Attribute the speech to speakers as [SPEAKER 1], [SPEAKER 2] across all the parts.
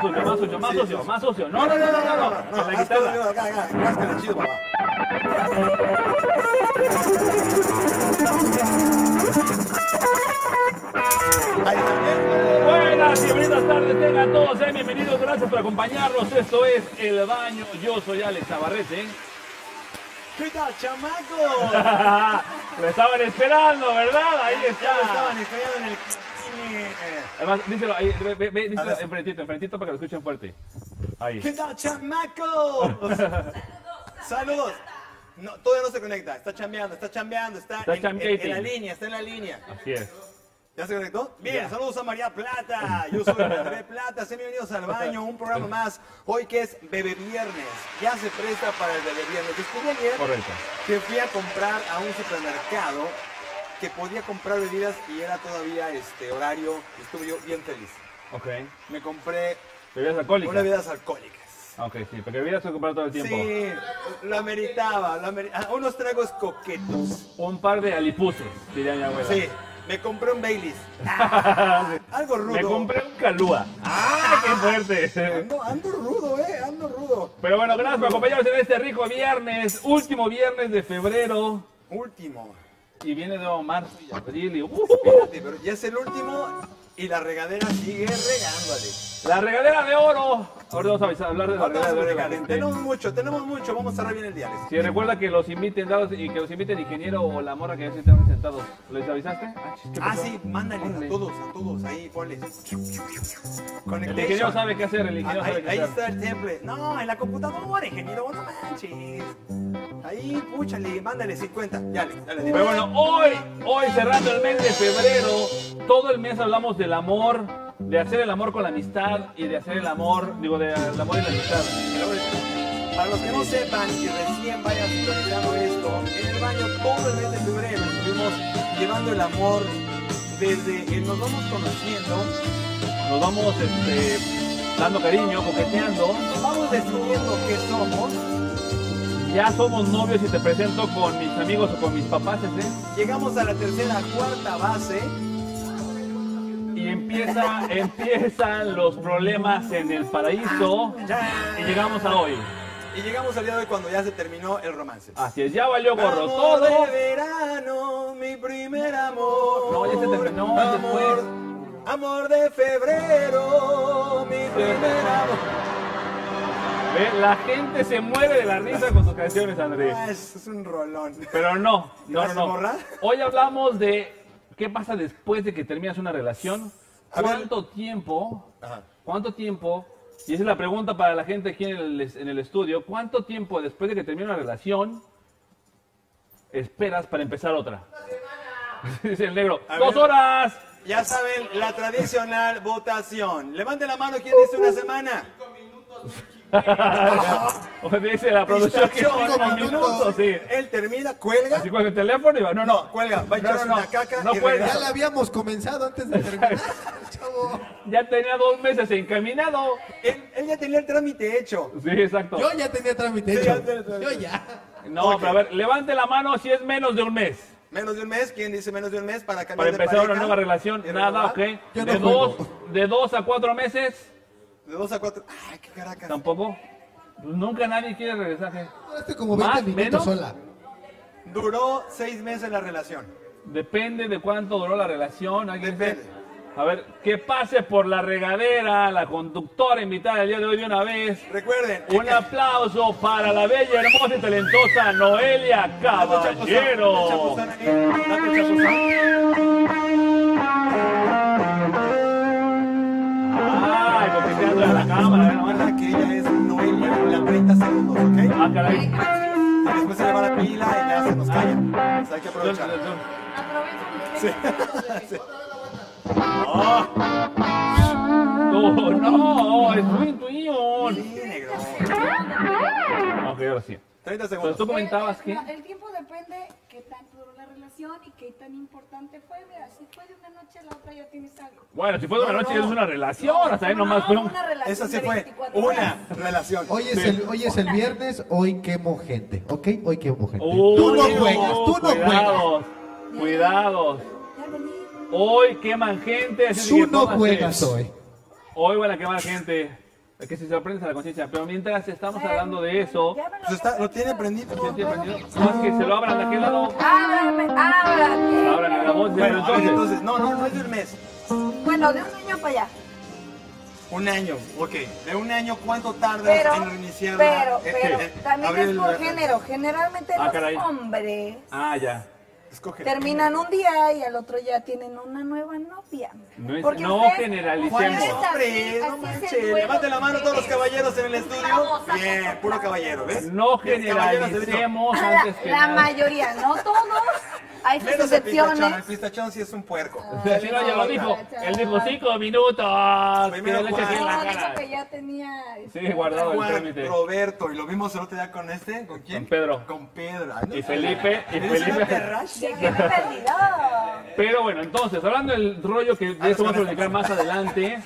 [SPEAKER 1] sucio, más sucio, más sucio.
[SPEAKER 2] No,
[SPEAKER 1] No, no,
[SPEAKER 2] no, no, no, no. no,
[SPEAKER 1] Con la
[SPEAKER 2] haz todo,
[SPEAKER 1] guitarra.
[SPEAKER 2] no, acá, acá, cáscale, chido, papá. Ahí está ¿eh? bien, güey.
[SPEAKER 1] Buenas y buenas tardes tengan todos, sean bienvenidos, gracias por acompañarnos. Esto es El Baño, yo soy Alex Navarrete. ¿eh?
[SPEAKER 2] ¿Qué tal, chamaco?
[SPEAKER 1] Lo estaban esperando, ¿verdad? Ahí
[SPEAKER 2] Ya lo estaban
[SPEAKER 1] está.
[SPEAKER 2] esperando en el cine.
[SPEAKER 1] Además, díselo, ahí, ve, ve, ve, díselo
[SPEAKER 2] A ver.
[SPEAKER 1] enfrentito, enfrentito para que lo escuchen fuerte.
[SPEAKER 2] ¿Qué
[SPEAKER 1] Ahí.
[SPEAKER 2] tal, chamaco? Saludos. No, todavía no se conecta, está chambeando, está chambeando, está,
[SPEAKER 1] Está
[SPEAKER 2] en- en- en
[SPEAKER 1] chambeating.
[SPEAKER 2] la línea, está en la línea.
[SPEAKER 1] Así es.
[SPEAKER 2] ¿Ya se conectó? Bien,
[SPEAKER 1] Ya.
[SPEAKER 2] saludos a María Plata. Yo soy André Plata. Sean bienvenidos al baño, un programa más. Hoy que es Bebe Viernes. Ya se presta para el Bebe Viernes. Descubrí ayer
[SPEAKER 1] Correcto.
[SPEAKER 2] que fui a comprar a un supermercado que podía comprar bebidas y era todavía este horario. y Estuve yo bien feliz.
[SPEAKER 1] Ok.
[SPEAKER 2] Me compré
[SPEAKER 1] Bebidas
[SPEAKER 2] unas
[SPEAKER 1] alcohólicas.
[SPEAKER 2] bebidas alcohólicas.
[SPEAKER 1] Ah, Ok, sí, porque bebidas se comprar todo el tiempo.
[SPEAKER 2] Sí, lo ameritaba. Lo ameri- ah, unos tragos coquetos.
[SPEAKER 1] Un par de alipuses, diría mi abuela.
[SPEAKER 2] Sí, me compré un Baileys. Algo rudo.
[SPEAKER 1] Me compré un calúa. ¡Ah, qué fuerte!
[SPEAKER 2] Ando, ando rudo, eh, ando rudo.
[SPEAKER 1] Pero bueno, gracias por acompañarnos en este rico viernes, último viernes de febrero.
[SPEAKER 2] Último.
[SPEAKER 1] Y viene de marzo y abril. y- ¡Uh, uh, uh!
[SPEAKER 2] Espérate, pero ya es el último y la regadera sigue regándole.
[SPEAKER 1] La regadera de oro. Ahora vamos a avisar- hablar de la
[SPEAKER 2] Ahorita vamos
[SPEAKER 1] regadera de
[SPEAKER 2] a
[SPEAKER 1] oro. de la
[SPEAKER 2] regalar.
[SPEAKER 1] gente.
[SPEAKER 2] Tenemos mucho, tenemos mucho. Vamos a cerrar bien el día. Alex.
[SPEAKER 1] Sí, recuerda que los inviten, dados, y que los inviten el ingeniero o la morra que ya se están sentados. ¿Les avisaste? chis, ¿qué
[SPEAKER 2] Ah,
[SPEAKER 1] pasó?
[SPEAKER 2] sí, mándales a
[SPEAKER 1] Órale.
[SPEAKER 2] todos, a todos. Ahí, ponles.
[SPEAKER 1] El
[SPEAKER 2] Conecté.
[SPEAKER 1] ingeniero sabe qué hacer, el ingeniero
[SPEAKER 2] Ah, Ahí,
[SPEAKER 1] sabe qué
[SPEAKER 2] ahí
[SPEAKER 1] hacer.
[SPEAKER 2] está el temple. No, en la computadora, ingeniero, no manches. Ahí, púchale, mándale 50. Ya, Alex, ya le digo.
[SPEAKER 1] Pero bueno, hoy, hoy cerrando el mes de febrero, todo el mes hablamos del amor, de hacer el amor con la amistad y de hacer el amor, digo, del amor y la amistad.
[SPEAKER 2] Para los que no sepan y recién vayan sintonizando esto, en el baño todo el mes de febrero estuvimos llevando el amor desde que nos vamos conociendo,
[SPEAKER 1] Nos vamos este, dando cariño, coqueteando.
[SPEAKER 2] nos vamos descubriendo qué somos,
[SPEAKER 1] Ya somos novios y te presento con mis amigos o con mis papás, este. ¿sí?
[SPEAKER 2] llegamos a la tercera, cuarta base,
[SPEAKER 1] Y empieza, empiezan los problemas en el paraíso y llegamos a hoy.
[SPEAKER 2] y llegamos al día de hoy cuando ya se terminó el romance.
[SPEAKER 1] Así es, ya valió gorro
[SPEAKER 2] Amor
[SPEAKER 1] todo.
[SPEAKER 2] de verano, mi primer amor.
[SPEAKER 1] No, ya se terminó,
[SPEAKER 2] amor, amor de febrero, mi primer amor.
[SPEAKER 1] Ve, La gente se muere de la risa con sus canciones, Andrés.
[SPEAKER 2] Ah, es, es un rolón.
[SPEAKER 1] Pero no, no,
[SPEAKER 2] ¿Vas a
[SPEAKER 1] no, no.
[SPEAKER 2] borrar?
[SPEAKER 1] Hoy hablamos de qué pasa después de que terminas una relación.
[SPEAKER 2] A ver.
[SPEAKER 1] ¿Cuánto tiempo?
[SPEAKER 2] Ajá.
[SPEAKER 1] ¿Cuánto tiempo? Y esa es la pregunta para la gente aquí en el, en el estudio. ¿Cuánto tiempo después de que termina una relación esperas para empezar otra? Dice el negro.
[SPEAKER 2] A
[SPEAKER 1] ¡Dos
[SPEAKER 2] ver.
[SPEAKER 1] horas!
[SPEAKER 2] Ya saben, la tradicional votación. Levante la mano quien dice una semana.
[SPEAKER 1] Dice la producción que
[SPEAKER 2] Distracción,
[SPEAKER 1] son unos minutos, sí.
[SPEAKER 2] Él termina, cuelga.
[SPEAKER 1] Así con el teléfono y va. No, no.
[SPEAKER 2] Cuelga, va a
[SPEAKER 1] No,
[SPEAKER 2] echarse
[SPEAKER 1] no, no.
[SPEAKER 2] una caca
[SPEAKER 1] No
[SPEAKER 2] y
[SPEAKER 1] cuelga.
[SPEAKER 3] Ya
[SPEAKER 2] regresa.
[SPEAKER 3] la habíamos comenzado antes de terminar, chavo.
[SPEAKER 1] Ya tenía dos meses encaminado.
[SPEAKER 2] Él, él ya tenía el trámite hecho.
[SPEAKER 1] Sí, exacto.
[SPEAKER 3] Yo ya tenía trámite
[SPEAKER 2] Sí, ya
[SPEAKER 3] hecho.
[SPEAKER 2] tenía trámite.
[SPEAKER 3] Yo ya.
[SPEAKER 1] No,
[SPEAKER 2] Ok.
[SPEAKER 1] pero a ver, levante la mano si es menos de un mes.
[SPEAKER 2] Menos de un mes, ¿quién dice menos de un mes para cambiar
[SPEAKER 1] Para
[SPEAKER 2] de
[SPEAKER 1] empezar
[SPEAKER 2] pareja?
[SPEAKER 1] una nueva relación,
[SPEAKER 2] y
[SPEAKER 1] nada,
[SPEAKER 2] renovar?
[SPEAKER 1] ¿ok?
[SPEAKER 3] Yo
[SPEAKER 1] de,
[SPEAKER 3] no juego.
[SPEAKER 1] dos, de dos a cuatro meses,
[SPEAKER 2] De dos a cuatro. Ay, qué caracas.
[SPEAKER 1] tampoco. Pues Nunca nadie quiere regresar. ¿eh? ¿qué?
[SPEAKER 3] Duraste como 20
[SPEAKER 1] ¿Más?
[SPEAKER 3] minutos
[SPEAKER 1] ¿Menos?
[SPEAKER 3] sola.
[SPEAKER 2] Duró seis meses la relación.
[SPEAKER 1] Depende de cuánto duró la relación. alguien dice-
[SPEAKER 2] Depende.
[SPEAKER 1] A ver, que pase por la regadera, la conductora invitada el día de hoy de una vez.
[SPEAKER 2] Recuerden,
[SPEAKER 1] Un aplauso para la bella, hermosa y talentosa Noelia Caballero.
[SPEAKER 2] Date chapuzón, date chapuzón.
[SPEAKER 1] Ay, coqueteando a la cámara, ve nomás.
[SPEAKER 2] Recuerda que ella es Noelia, la 30 segundos, ¿ok?
[SPEAKER 1] Ah, caray.
[SPEAKER 2] Y después se le va la pila y ya se nos calla. Entonces hay que aprovechar.
[SPEAKER 1] No, no, es muy intuición.
[SPEAKER 2] Sí, negro.
[SPEAKER 1] Ok, ahora sí.
[SPEAKER 2] 30
[SPEAKER 1] Entonces
[SPEAKER 2] segundos.
[SPEAKER 1] tú comentabas que.
[SPEAKER 4] El, tiempo depende qué tanto duró la relación y qué tan importante fue. Mira, si fue de una noche a la otra ya tienes algo.
[SPEAKER 1] Bueno, si fue de una
[SPEAKER 2] No,
[SPEAKER 1] noche,
[SPEAKER 2] no.
[SPEAKER 1] es una relación. Hasta ahí nomás fue un.
[SPEAKER 4] una relación
[SPEAKER 2] Esa sí
[SPEAKER 4] de
[SPEAKER 2] fue
[SPEAKER 4] 24
[SPEAKER 2] una
[SPEAKER 4] horas.
[SPEAKER 2] relación.
[SPEAKER 3] Hoy es, el, hoy es el viernes, hoy quemo gente, ¿ok? Hoy quemo gente.
[SPEAKER 1] Uy,
[SPEAKER 3] tú no juegas, tú no juegas.
[SPEAKER 1] Cuidados, cuidados.
[SPEAKER 4] Ya vení.
[SPEAKER 1] Hoy queman gente. así
[SPEAKER 3] Tú
[SPEAKER 1] que
[SPEAKER 3] no
[SPEAKER 1] pónganse.
[SPEAKER 3] juegas hoy.
[SPEAKER 1] Hoy van a quemar gente. Que si se aprende a la conciencia. Pero mientras estamos
[SPEAKER 4] Eh,
[SPEAKER 1] hablando de eso,
[SPEAKER 4] ya me
[SPEAKER 2] Pues está- lo
[SPEAKER 4] habías
[SPEAKER 2] tiene
[SPEAKER 4] dicho.
[SPEAKER 2] prendido.
[SPEAKER 1] ¿sí te aprendió? Nada más que se lo abran de aquel lado.
[SPEAKER 4] Ábrame, ábrame.
[SPEAKER 1] Abran la voz.
[SPEAKER 2] Bueno,
[SPEAKER 1] Bueno,
[SPEAKER 2] a ver,
[SPEAKER 1] entonces.
[SPEAKER 2] entonces, no, no, no es de un mes.
[SPEAKER 4] Bueno, de un niño para allá.
[SPEAKER 2] Un año, ok. De un año, ¿cuánto tardas
[SPEAKER 4] Pero,
[SPEAKER 2] en reiniciar
[SPEAKER 4] pero,
[SPEAKER 2] la- eh,
[SPEAKER 4] pero,
[SPEAKER 2] eh,
[SPEAKER 4] también
[SPEAKER 2] abrir
[SPEAKER 4] es
[SPEAKER 2] el-
[SPEAKER 4] por género. Generalmente
[SPEAKER 1] Ah,
[SPEAKER 4] los
[SPEAKER 1] caray.
[SPEAKER 4] hombres
[SPEAKER 1] Ah, ya.
[SPEAKER 2] Escoge.
[SPEAKER 4] terminan un día y al otro ya tienen una nueva novia.
[SPEAKER 1] No es-
[SPEAKER 4] Porque
[SPEAKER 1] no
[SPEAKER 4] ustedes-
[SPEAKER 1] generalicemos.
[SPEAKER 4] ustedes
[SPEAKER 2] ¿Cuáles
[SPEAKER 1] Así
[SPEAKER 4] así-
[SPEAKER 2] hombres? No
[SPEAKER 4] así es el
[SPEAKER 2] manches.
[SPEAKER 4] duelo
[SPEAKER 2] Levante la mano todos los
[SPEAKER 4] de-
[SPEAKER 2] caballeros en el estudio.
[SPEAKER 4] Babosa.
[SPEAKER 2] Bien, puro caballero, ¿ves?
[SPEAKER 1] No
[SPEAKER 2] Bien, caballeros, de hecho.
[SPEAKER 1] generalicemos
[SPEAKER 4] La,
[SPEAKER 1] antes que
[SPEAKER 4] la
[SPEAKER 1] nada.
[SPEAKER 4] mayoría, no todos. Hay sus
[SPEAKER 2] Menos el pistachón, el
[SPEAKER 4] excepciones. Ah,
[SPEAKER 2] pistachón sí es un puerco.
[SPEAKER 1] El señor Ah, ya lo dijo. Él dijo cinco minutos.
[SPEAKER 2] Primero
[SPEAKER 1] Que le eche
[SPEAKER 2] Juan.
[SPEAKER 1] aquí en
[SPEAKER 4] No,
[SPEAKER 1] la
[SPEAKER 4] dijo
[SPEAKER 1] cara.
[SPEAKER 4] que ya tenía. este,
[SPEAKER 1] Sí, guardado el
[SPEAKER 2] Juan
[SPEAKER 1] trámite.
[SPEAKER 2] Roberto, y lo vimos el otro día con este, ¿con quién?
[SPEAKER 1] Con Pedro.
[SPEAKER 2] Con Pedro. Ay, no.
[SPEAKER 1] Y Felipe, y
[SPEAKER 2] Eres una
[SPEAKER 1] Felipe.
[SPEAKER 2] perracha.
[SPEAKER 4] Llegué perdido.
[SPEAKER 1] Pero bueno, entonces, hablando del rollo que de eso vamos a platicar más adelante.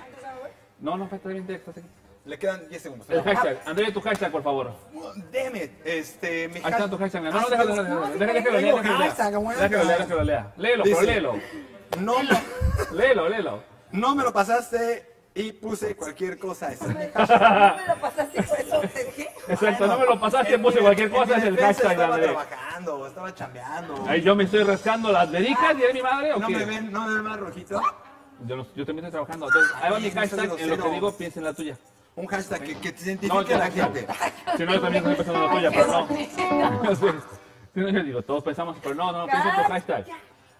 [SPEAKER 1] No, no, está bien, estás aquí.
[SPEAKER 2] Le quedan 10 segundos.
[SPEAKER 1] El hashtag, André, tu hashtag, por favor.
[SPEAKER 2] Damn it. Este, mi
[SPEAKER 1] Ahí está
[SPEAKER 2] has-
[SPEAKER 1] tu hashtag. No, Ah, no, déjalo, déjalo, déjalo, déjalo,
[SPEAKER 2] Tengo
[SPEAKER 1] déjalo,
[SPEAKER 2] hashtag,
[SPEAKER 1] déjalo,
[SPEAKER 2] aguanta.
[SPEAKER 1] déjalo, déjalo, déjalo, lea. Léelo, pero
[SPEAKER 2] Dice-
[SPEAKER 1] léelo.
[SPEAKER 2] No, me-
[SPEAKER 1] Léelo, léelo.
[SPEAKER 2] no me lo pasaste y puse cualquier cosa. Ese es mi hashtag.
[SPEAKER 4] No me lo pasaste por eso, te dije.
[SPEAKER 1] Exacto, no me lo pasaste,
[SPEAKER 2] En mi-
[SPEAKER 1] puse cualquier
[SPEAKER 2] en mi
[SPEAKER 1] cosa, es el
[SPEAKER 2] defensa
[SPEAKER 1] hashtag de
[SPEAKER 2] Estaba
[SPEAKER 1] André.
[SPEAKER 2] trabajando, estaba chambeando.
[SPEAKER 1] Ahí yo me estoy rascando las dedicas y es mi madre o
[SPEAKER 2] ¿No me
[SPEAKER 1] qué?
[SPEAKER 2] ven, no me ven más rojito?
[SPEAKER 1] Yo, no- yo también estoy trabajando. Entonces, ahí va mi
[SPEAKER 2] Ay, no seas
[SPEAKER 1] hashtag, en lo que
[SPEAKER 2] grosero.
[SPEAKER 1] digo, piensa en la tuya.
[SPEAKER 2] Un hashtag que, que te
[SPEAKER 1] No,
[SPEAKER 2] identifique
[SPEAKER 1] yo
[SPEAKER 2] a la
[SPEAKER 1] no.
[SPEAKER 2] gente.
[SPEAKER 1] Si no, yo también estoy pensando en la tuya, pero no. Entonces, si no, yo digo, todos pensamos, pero no, no, piensa en tu hashtag.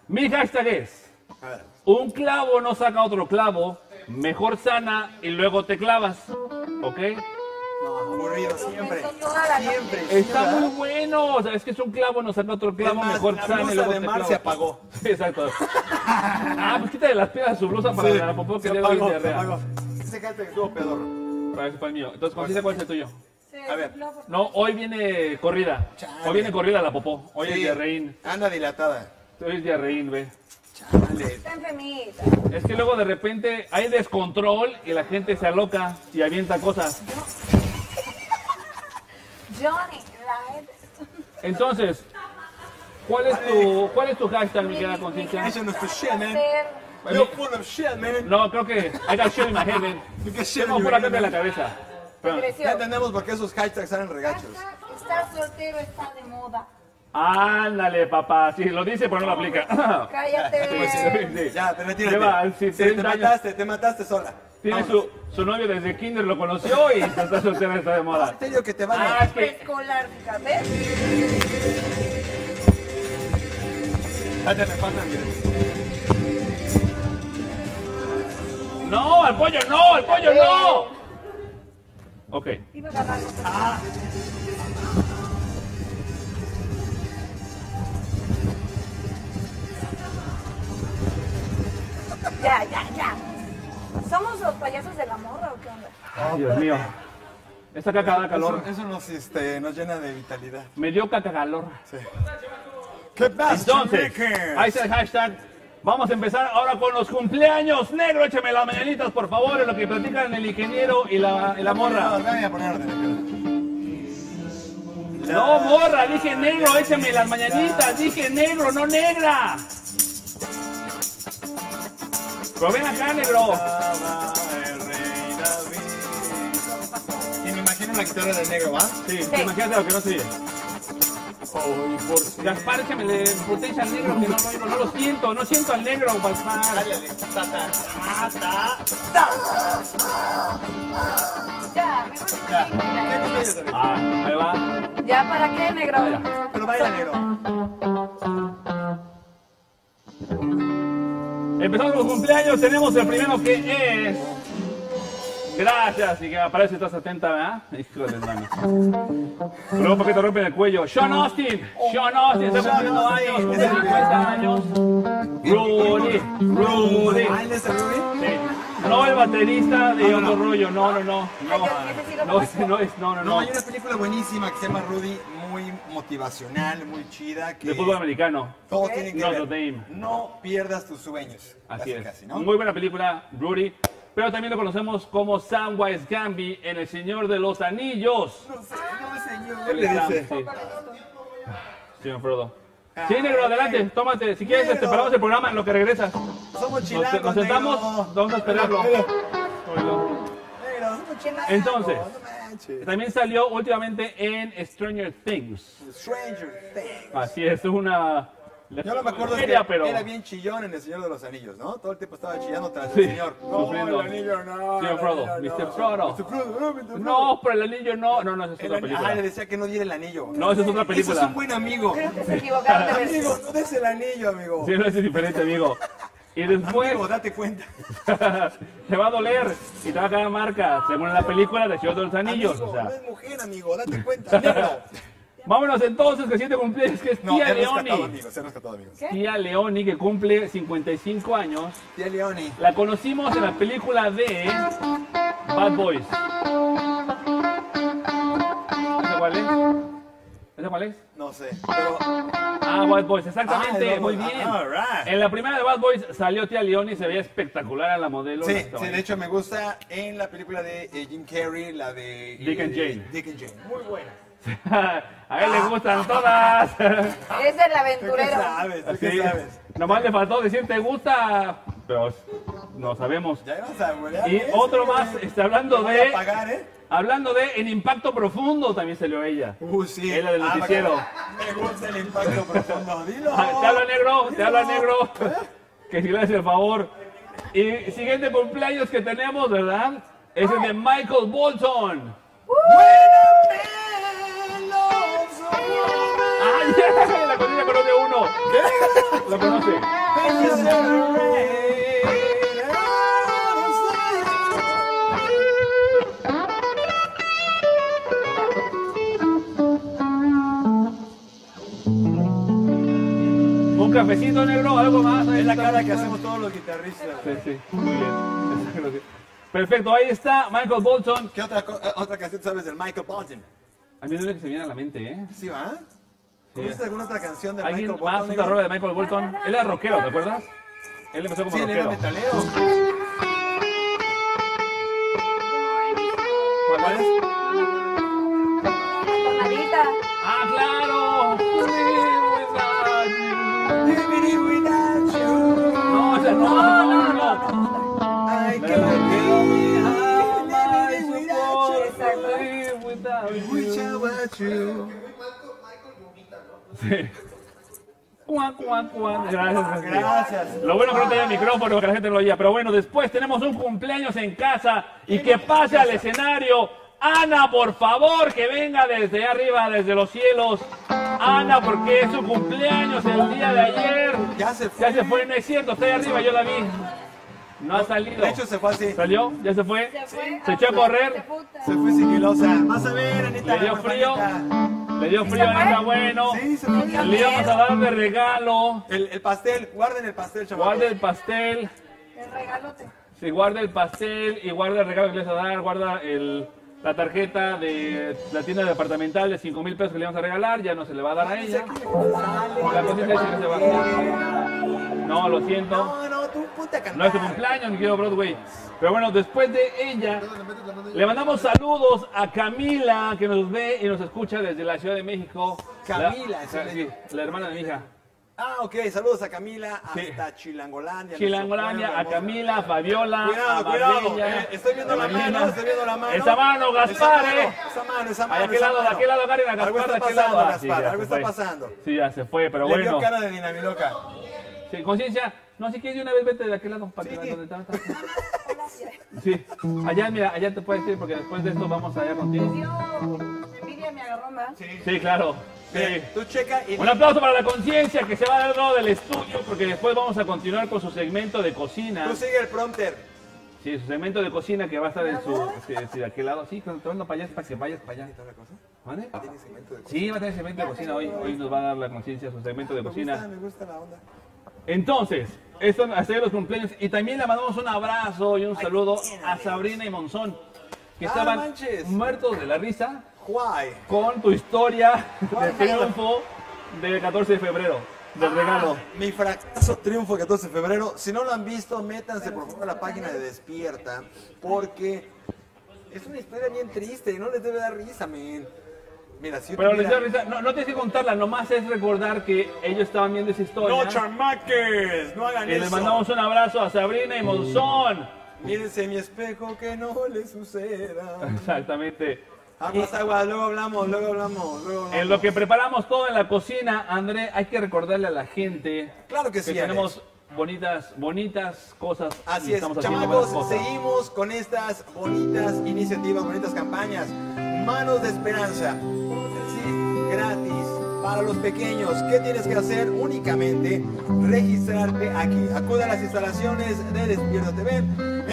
[SPEAKER 1] Mi hashtag es,
[SPEAKER 2] A ver,
[SPEAKER 1] un clavo no saca otro clavo, mejor sana y luego te clavas, ¿ok?
[SPEAKER 2] no, aburrido siempre.
[SPEAKER 4] pensó toda la noche.
[SPEAKER 2] Siempre.
[SPEAKER 1] Está
[SPEAKER 2] ¿verdad?
[SPEAKER 1] muy bueno, o sea, es que es un clavo no saca otro clavo,
[SPEAKER 2] Es más,
[SPEAKER 1] mejor
[SPEAKER 2] la
[SPEAKER 1] sana y
[SPEAKER 2] blusa
[SPEAKER 1] luego
[SPEAKER 2] de
[SPEAKER 1] te
[SPEAKER 2] Mar
[SPEAKER 1] clavas.
[SPEAKER 2] se apagó.
[SPEAKER 1] Sí, exacto. Ah, pues quítale las piedras a su blusa para
[SPEAKER 2] Sí,
[SPEAKER 1] la popó que
[SPEAKER 2] se
[SPEAKER 1] le doy
[SPEAKER 2] apagó, se
[SPEAKER 1] diarrea.
[SPEAKER 2] apagó. Ese hashtag estuvo pedorro.
[SPEAKER 1] Para eso fue el mío. Entonces, Conciencia, ¿cuál es el tuyo?
[SPEAKER 4] Se
[SPEAKER 2] A ver.
[SPEAKER 4] desopló por-
[SPEAKER 1] No, hoy viene corrida.
[SPEAKER 2] Chale.
[SPEAKER 1] Hoy viene corrida la popó. Hoy es
[SPEAKER 2] Sí,
[SPEAKER 1] diarreín.
[SPEAKER 2] Anda dilatada.
[SPEAKER 1] Hoy es diarreín, ve.
[SPEAKER 2] Chale.
[SPEAKER 4] Está enfermita.
[SPEAKER 1] Es que luego de repente hay descontrol y la gente se aloca y avienta cosas.
[SPEAKER 4] Johnny, la gente.
[SPEAKER 1] Entonces, ¿cuál es tu, cuál es tu hashtag, mi querida Conciencia?
[SPEAKER 2] Eso no es tu shit, man.
[SPEAKER 4] Hacer-
[SPEAKER 2] You're full of shit, man.
[SPEAKER 1] No, creo que I got shit in my head, man.
[SPEAKER 2] You can shit
[SPEAKER 1] Tengo
[SPEAKER 2] in your
[SPEAKER 1] pura
[SPEAKER 2] head,
[SPEAKER 1] carne en
[SPEAKER 2] man.
[SPEAKER 1] la cabeza. Perdón.
[SPEAKER 2] Ya
[SPEAKER 4] Creció.
[SPEAKER 2] entendemos por qué esos hashtags eran regachos.
[SPEAKER 4] Estar- Estar soltero está de moda.
[SPEAKER 1] Ándale, papá. Sí, lo dice, pero no lo aplica.
[SPEAKER 4] Cállate.
[SPEAKER 1] Pues Sí.
[SPEAKER 2] Ya, te retírate.
[SPEAKER 1] Lleva al- sí,
[SPEAKER 2] Sí,
[SPEAKER 1] 30
[SPEAKER 2] te
[SPEAKER 1] años.
[SPEAKER 2] mataste, te mataste sola.
[SPEAKER 1] Tiene su, su novio desde kinder, lo conoció y está soltera, está de moda.
[SPEAKER 2] En serio Este que te vaya.
[SPEAKER 1] Ah, es que
[SPEAKER 4] Preescolar, ¿ves?
[SPEAKER 2] Date me falta, mire.
[SPEAKER 1] No, al pollo no, al pollo no. Ok,
[SPEAKER 4] Iba a ganar. Ya, ya, ya. ¿Somos los payasos de la morra o qué onda?
[SPEAKER 1] Ay, Dios mío. Esta caca da calor.
[SPEAKER 2] Eso, eso nos, este, nos llena de vitalidad.
[SPEAKER 1] Me dio caca calor.
[SPEAKER 2] ¿Qué pasa?
[SPEAKER 1] Entonces, ahí está el hashtag. Vamos a empezar ahora con los cumpleaños. Negro, écheme las mañanitas, por favor, en lo que platican el ingeniero y la, y la
[SPEAKER 2] No,
[SPEAKER 1] morra.
[SPEAKER 2] voy a poner orden.
[SPEAKER 1] No, morra, dije negro, écheme las mañanitas. Dije negro, no negra. Pero ven acá, negro.
[SPEAKER 2] Estaba el rey David. Y me imagino la guitarra de negro, ¿va?
[SPEAKER 1] Sí, imagínate lo que no se oye.
[SPEAKER 2] Hoy por si-
[SPEAKER 1] Gaspar, échame de potencia al negro, que no lo oigo, no lo siento, no siento al negro, Gaspar.
[SPEAKER 2] Dale, Alex, ta, ta, ta, ta.
[SPEAKER 4] Ya, mejor que
[SPEAKER 2] Ya.
[SPEAKER 4] me venga.
[SPEAKER 2] Ya, ya, ya, ya.
[SPEAKER 1] Ah, ahí va.
[SPEAKER 4] Ya, ¿para qué, negro?
[SPEAKER 1] Ya.
[SPEAKER 2] Pero baila negro.
[SPEAKER 1] Empezamos con cumpleaños, tenemos el primero que es. Gracias, y que aparece, estás atenta, ¿verdad? Hijo de mano. Luego, ¿por qué te rompen el cuello? Sean Austin, Sean Austin, está cumpliendo
[SPEAKER 2] Sean
[SPEAKER 1] años,
[SPEAKER 2] Austin.
[SPEAKER 1] cumple 50 años. Rudy, Rudy.
[SPEAKER 2] Baila ese Rudy.
[SPEAKER 1] Sí. No el baterista de
[SPEAKER 2] No, no,
[SPEAKER 1] otro
[SPEAKER 2] no.
[SPEAKER 1] rollo, no, no, no.
[SPEAKER 4] Ay, Dios, ese sí
[SPEAKER 1] No,
[SPEAKER 4] lo
[SPEAKER 1] no, ese no es, no, no,
[SPEAKER 2] No,
[SPEAKER 1] no.
[SPEAKER 2] hay una película buenísima que se llama Rudy, muy motivacional, muy chida, que
[SPEAKER 1] De fútbol americano.
[SPEAKER 2] todo tiene que
[SPEAKER 1] Notre
[SPEAKER 2] ver.
[SPEAKER 1] Dame.
[SPEAKER 2] No pierdas tus sueños.
[SPEAKER 1] Así
[SPEAKER 2] Casi,
[SPEAKER 1] es.
[SPEAKER 2] casi, ¿no?
[SPEAKER 1] Muy buena película, Rudy. Pero también lo conocemos como Samwise Gambi en El Señor de los Anillos.
[SPEAKER 2] No, señor,
[SPEAKER 1] Él
[SPEAKER 2] le
[SPEAKER 1] es Sam,
[SPEAKER 2] dice. Ah,
[SPEAKER 1] sí. Ah, Señor Frodo. Sí, negro, adelante, tómate. Si quieres,
[SPEAKER 2] eh. Negro.
[SPEAKER 1] este, paramos el programa en lo que regresas.
[SPEAKER 2] Somos
[SPEAKER 1] Nos,
[SPEAKER 2] chilangos,
[SPEAKER 1] nos
[SPEAKER 2] negro.
[SPEAKER 1] sentamos, vamos a esperarlo.
[SPEAKER 2] Negro,
[SPEAKER 1] Oilo.
[SPEAKER 2] negro, somos chelado.
[SPEAKER 1] Entonces.
[SPEAKER 2] No manches.
[SPEAKER 1] También salió últimamente en Stranger Things.
[SPEAKER 2] Stranger Things.
[SPEAKER 1] Así es, una...
[SPEAKER 2] Yo lo que me acuerdo es
[SPEAKER 1] Seria,
[SPEAKER 2] que
[SPEAKER 1] pero...
[SPEAKER 2] era bien chillón en El Señor de los Anillos, ¿no? Todo el tiempo estaba chillando tras
[SPEAKER 1] Sí,
[SPEAKER 2] el Señor.
[SPEAKER 1] sufriendo.
[SPEAKER 2] el anillo no.
[SPEAKER 1] Señor
[SPEAKER 2] el
[SPEAKER 1] Frodo,
[SPEAKER 2] anillo
[SPEAKER 1] Mr.
[SPEAKER 2] no.
[SPEAKER 1] Frodo.
[SPEAKER 2] Mr. Frodo, no, Mr. Frodo.
[SPEAKER 1] No, pero el anillo no. No, no, esa es
[SPEAKER 2] El
[SPEAKER 1] otra
[SPEAKER 2] anillo- Ah, le
[SPEAKER 1] película.
[SPEAKER 2] decía que no diera el anillo.
[SPEAKER 1] No, esa es otra
[SPEAKER 2] Ese es
[SPEAKER 1] película.
[SPEAKER 2] un buen amigo.
[SPEAKER 5] Creo que se equivocaron de versión.
[SPEAKER 2] Amigo, no des el anillo, amigo.
[SPEAKER 1] Sí, pues. no, ese es diferente, amigo. Y después
[SPEAKER 2] Amigo, date cuenta.
[SPEAKER 1] te va a doler y te va a quedar marca, según la película de Señor de los Anillos.
[SPEAKER 2] Amigo,
[SPEAKER 1] o sea.
[SPEAKER 2] no es mujer, amigo, date cuenta. Negro.
[SPEAKER 1] Vámonos entonces, que siete cumpleaños, que es
[SPEAKER 2] No,
[SPEAKER 1] tía
[SPEAKER 2] he rescatado,
[SPEAKER 1] Leoni.
[SPEAKER 2] amigos, se ha rescatado, amigos.
[SPEAKER 1] Tía Leoni, que cumple 55 años.
[SPEAKER 2] Tía Leoni.
[SPEAKER 1] La conocimos en la película de Bad Boys. ¿Esa cuál es? ¿Esa cuál es?
[SPEAKER 2] No sé, pero
[SPEAKER 1] Ah, Bad Boys, exactamente,
[SPEAKER 2] Ah, no,
[SPEAKER 1] muy
[SPEAKER 2] ah,
[SPEAKER 1] bien.
[SPEAKER 2] alright.
[SPEAKER 1] En la primera de Bad Boys salió Tía León y se veía espectacular a la modelo.
[SPEAKER 2] sí,
[SPEAKER 1] Estaba
[SPEAKER 2] sí,
[SPEAKER 1] ahí.
[SPEAKER 2] de hecho me gusta en la película de eh, Jim Carrey, la de
[SPEAKER 1] Dick and
[SPEAKER 2] eh,
[SPEAKER 1] Jane.
[SPEAKER 2] Dick and Jane. Muy buena.
[SPEAKER 1] a él le gustan todas.
[SPEAKER 5] Es el
[SPEAKER 2] ¿Tú qué
[SPEAKER 5] aventurero.
[SPEAKER 2] sabes? ¿Tú
[SPEAKER 1] Sí.
[SPEAKER 2] qué sabes?
[SPEAKER 1] Nomás le faltó decir te gusta, pero no sabemos.
[SPEAKER 2] Ya ibas a volar.
[SPEAKER 1] Y
[SPEAKER 2] ¿eh?
[SPEAKER 1] otro
[SPEAKER 2] Sí,
[SPEAKER 1] más,
[SPEAKER 2] güey.
[SPEAKER 1] este, hablando
[SPEAKER 2] Te voy
[SPEAKER 1] de-
[SPEAKER 2] a pagar, ¿eh?
[SPEAKER 1] Hablando de En Impacto Profundo también salió ella.
[SPEAKER 2] Uh, sí.
[SPEAKER 1] Es la del
[SPEAKER 2] Ah, me
[SPEAKER 1] noticiero.
[SPEAKER 2] acuerdo. Me gusta el impacto profundo. Dilo.
[SPEAKER 1] Ah, Te habla negro, te habla
[SPEAKER 2] Dilo.
[SPEAKER 1] negro.
[SPEAKER 2] ¿Eh?
[SPEAKER 1] Que si le haces el favor. Y siguiente cumpleaños que tenemos, ¿verdad? Es el de Michael Bolton.
[SPEAKER 2] Buena
[SPEAKER 1] ¡Ay, ya! La conoce, la conoce uno. La conoce. Un cafecito negro, algo más. ahí
[SPEAKER 2] Es la
[SPEAKER 1] está.
[SPEAKER 2] cara que hacemos todos los guitarristas.
[SPEAKER 1] Sí, sí, muy bien. Perfecto, ahí está Michael Bolton.
[SPEAKER 2] ¿Qué otra, co- eh, otra canción sabes del Michael Bolton?
[SPEAKER 1] A mí no es lo que se viene a la mente, ¿eh?
[SPEAKER 2] ¿Sí va? ¿Conoces alguna otra canción del
[SPEAKER 1] ¿Alguien
[SPEAKER 2] Michael
[SPEAKER 1] más
[SPEAKER 2] Bolton?
[SPEAKER 1] otra
[SPEAKER 2] negro?
[SPEAKER 1] rola de Michael Bolton? Él era rockero, ¿te acuerdas? Él empezó como
[SPEAKER 2] Sí, él era
[SPEAKER 1] rockero.
[SPEAKER 2] metalero.
[SPEAKER 1] ¿Cuál es?
[SPEAKER 5] Tonadita.
[SPEAKER 1] ¡Ah, claro! No, esa no, no, no, no, no.
[SPEAKER 2] Ay, qué bonito. Wish I was you.
[SPEAKER 1] Sí. Cuac, cuac, cuac. Gracias, gracias.
[SPEAKER 2] Gracias.
[SPEAKER 1] Lo bueno que no tenía micrófono, que la gente no lo oía. Pero bueno, después tenemos un cumpleaños en casa y que pase al escenario. Ana, por favor, que venga desde arriba, desde los cielos. Ana, porque es su cumpleaños el día de ayer.
[SPEAKER 2] Ya se fue.
[SPEAKER 1] Ya se fue, no es cierto, está ahí arriba, yo la vi. No ha salido.
[SPEAKER 2] De hecho, se fue así.
[SPEAKER 1] ¿Salió? ¿Ya se fue?
[SPEAKER 5] Se fue.
[SPEAKER 1] Se echó a
[SPEAKER 5] Se
[SPEAKER 1] correr.
[SPEAKER 5] puta.
[SPEAKER 2] Se fue sigilosa. Vas a ver, Anita.
[SPEAKER 1] Le dio frío.
[SPEAKER 2] hermanita.
[SPEAKER 1] Le dio frío,
[SPEAKER 5] fue?
[SPEAKER 1] está bueno.
[SPEAKER 2] Sí, se fue.
[SPEAKER 1] Le íbamos a dar de regalo.
[SPEAKER 2] El, el pastel. Guarden el pastel, chaval.
[SPEAKER 1] Guarda el pastel.
[SPEAKER 4] Te regalote.
[SPEAKER 1] Sí, guarda el pastel y guarda el regalo que le vas a dar. Guarda el- la tarjeta de la tienda departamental de 5 mil pesos que le vamos a regalar. Ya no se le va a dar a ella. La cosita es que se va. No, lo siento.
[SPEAKER 2] No, no, tú ponte a cantar.
[SPEAKER 1] No es su cumpleaños, mi querido Broadway. Pero bueno, después de ella, le mandamos saludos a Camila, que nos ve y nos escucha desde la Ciudad de México.
[SPEAKER 2] Camila,
[SPEAKER 1] la,
[SPEAKER 2] sí, le
[SPEAKER 1] sí,
[SPEAKER 2] digo.
[SPEAKER 1] la hermana de mi hija.
[SPEAKER 2] Ah, ok. Saludos a Camila
[SPEAKER 1] Sí.
[SPEAKER 2] hasta Chilangolandia.
[SPEAKER 1] Chilangolandia, a
[SPEAKER 2] nuestro pueblo hermoso.
[SPEAKER 1] Camila, a Fabiola, a
[SPEAKER 2] Cuidado,
[SPEAKER 1] Marbella,
[SPEAKER 2] cuidado. eh, estoy viendo
[SPEAKER 1] a
[SPEAKER 2] la
[SPEAKER 1] Marina.
[SPEAKER 2] mano, estoy viendo la mano.
[SPEAKER 1] Esa mano, Gaspar, eh.
[SPEAKER 2] Esa mano, esa mano.
[SPEAKER 1] ¿A qué
[SPEAKER 2] esa
[SPEAKER 1] lado? ¿De
[SPEAKER 2] mano.
[SPEAKER 1] aquel lado, Karen? ¿A
[SPEAKER 2] Algo
[SPEAKER 1] Gaspar? ¿De
[SPEAKER 2] está
[SPEAKER 1] aquel lado?
[SPEAKER 2] pasando,
[SPEAKER 1] Ah, sí,
[SPEAKER 2] Gaspar.
[SPEAKER 1] ya
[SPEAKER 2] Algo
[SPEAKER 1] se
[SPEAKER 2] está
[SPEAKER 1] fue.
[SPEAKER 2] pasando.
[SPEAKER 1] Sí, ya se fue, pero
[SPEAKER 2] Le dio
[SPEAKER 1] bueno.
[SPEAKER 2] cara de dinamiloca.
[SPEAKER 1] Sí, conciencia, no, si quieres de una vez vete de aquel lado para que donde está. Sí, allá, mira, allá te puedes ir porque después de esto vamos allá contigo.
[SPEAKER 4] Yo, envidia me agarró más.
[SPEAKER 1] Sí, claro. Sí.
[SPEAKER 2] Mira, Tú checa y
[SPEAKER 1] Un aplauso para la conciencia que se va del lado del estudio porque después vamos a continuar con su segmento de cocina.
[SPEAKER 2] tú sigue el prompter.
[SPEAKER 1] Sí, su segmento de cocina que va a estar en su... Sí, sí, de aquel lado. Sí, te mando para allá es para que vayas para allá. ¿Vale? Sí, va a tener segmento de cocina hoy. Hoy nos va a dar la conciencia su segmento de
[SPEAKER 2] Me gusta,
[SPEAKER 1] cocina.
[SPEAKER 2] me gusta la onda.
[SPEAKER 1] Entonces, esto hacer los cumpleaños. Y también le mandamos un abrazo y un saludo a Sabrina y Monzón, que
[SPEAKER 2] Ah,
[SPEAKER 1] estaban
[SPEAKER 2] manches.
[SPEAKER 1] muertos de la risa
[SPEAKER 2] Why?
[SPEAKER 1] con tu historia de
[SPEAKER 2] Guau.
[SPEAKER 1] triunfo del 14 de febrero,
[SPEAKER 2] Ah.
[SPEAKER 1] del regalo.
[SPEAKER 2] Mi fracaso triunfo 14 de febrero. Si no lo han visto, métanse por favor a la página de Despierta, porque es una historia bien triste y no les debe dar risa, men. Mira, si yo
[SPEAKER 1] Pero les
[SPEAKER 2] tuviera-
[SPEAKER 1] dio risa. No, no tienes que contarla, nomás es recordar que ellos estaban viendo esa historia.
[SPEAKER 2] No, chamaques, no hagan
[SPEAKER 1] y
[SPEAKER 2] eso.
[SPEAKER 1] les mandamos un abrazo a Sabrina y Monzón.
[SPEAKER 2] Mírense mi espejo que no le suceda.
[SPEAKER 1] Exactamente.
[SPEAKER 2] Aguas, aguas, luego hablamos, luego hablamos, luego hablamos.
[SPEAKER 1] En lo que preparamos todo en la cocina, André, hay que recordarle a la gente
[SPEAKER 2] Claro que sí, Alex.
[SPEAKER 1] tenemos bonitas, bonitas cosas. y
[SPEAKER 2] Así es,
[SPEAKER 1] estamos haciendo
[SPEAKER 2] chamacos,
[SPEAKER 1] buenas cosas.
[SPEAKER 2] seguimos con estas bonitas iniciativas, bonitas campañas. Manos de Esperanza, un sencillo gratis para los pequeños. ¿Qué tienes que hacer? Únicamente registrarte aquí. Acude a las instalaciones de Despierta TV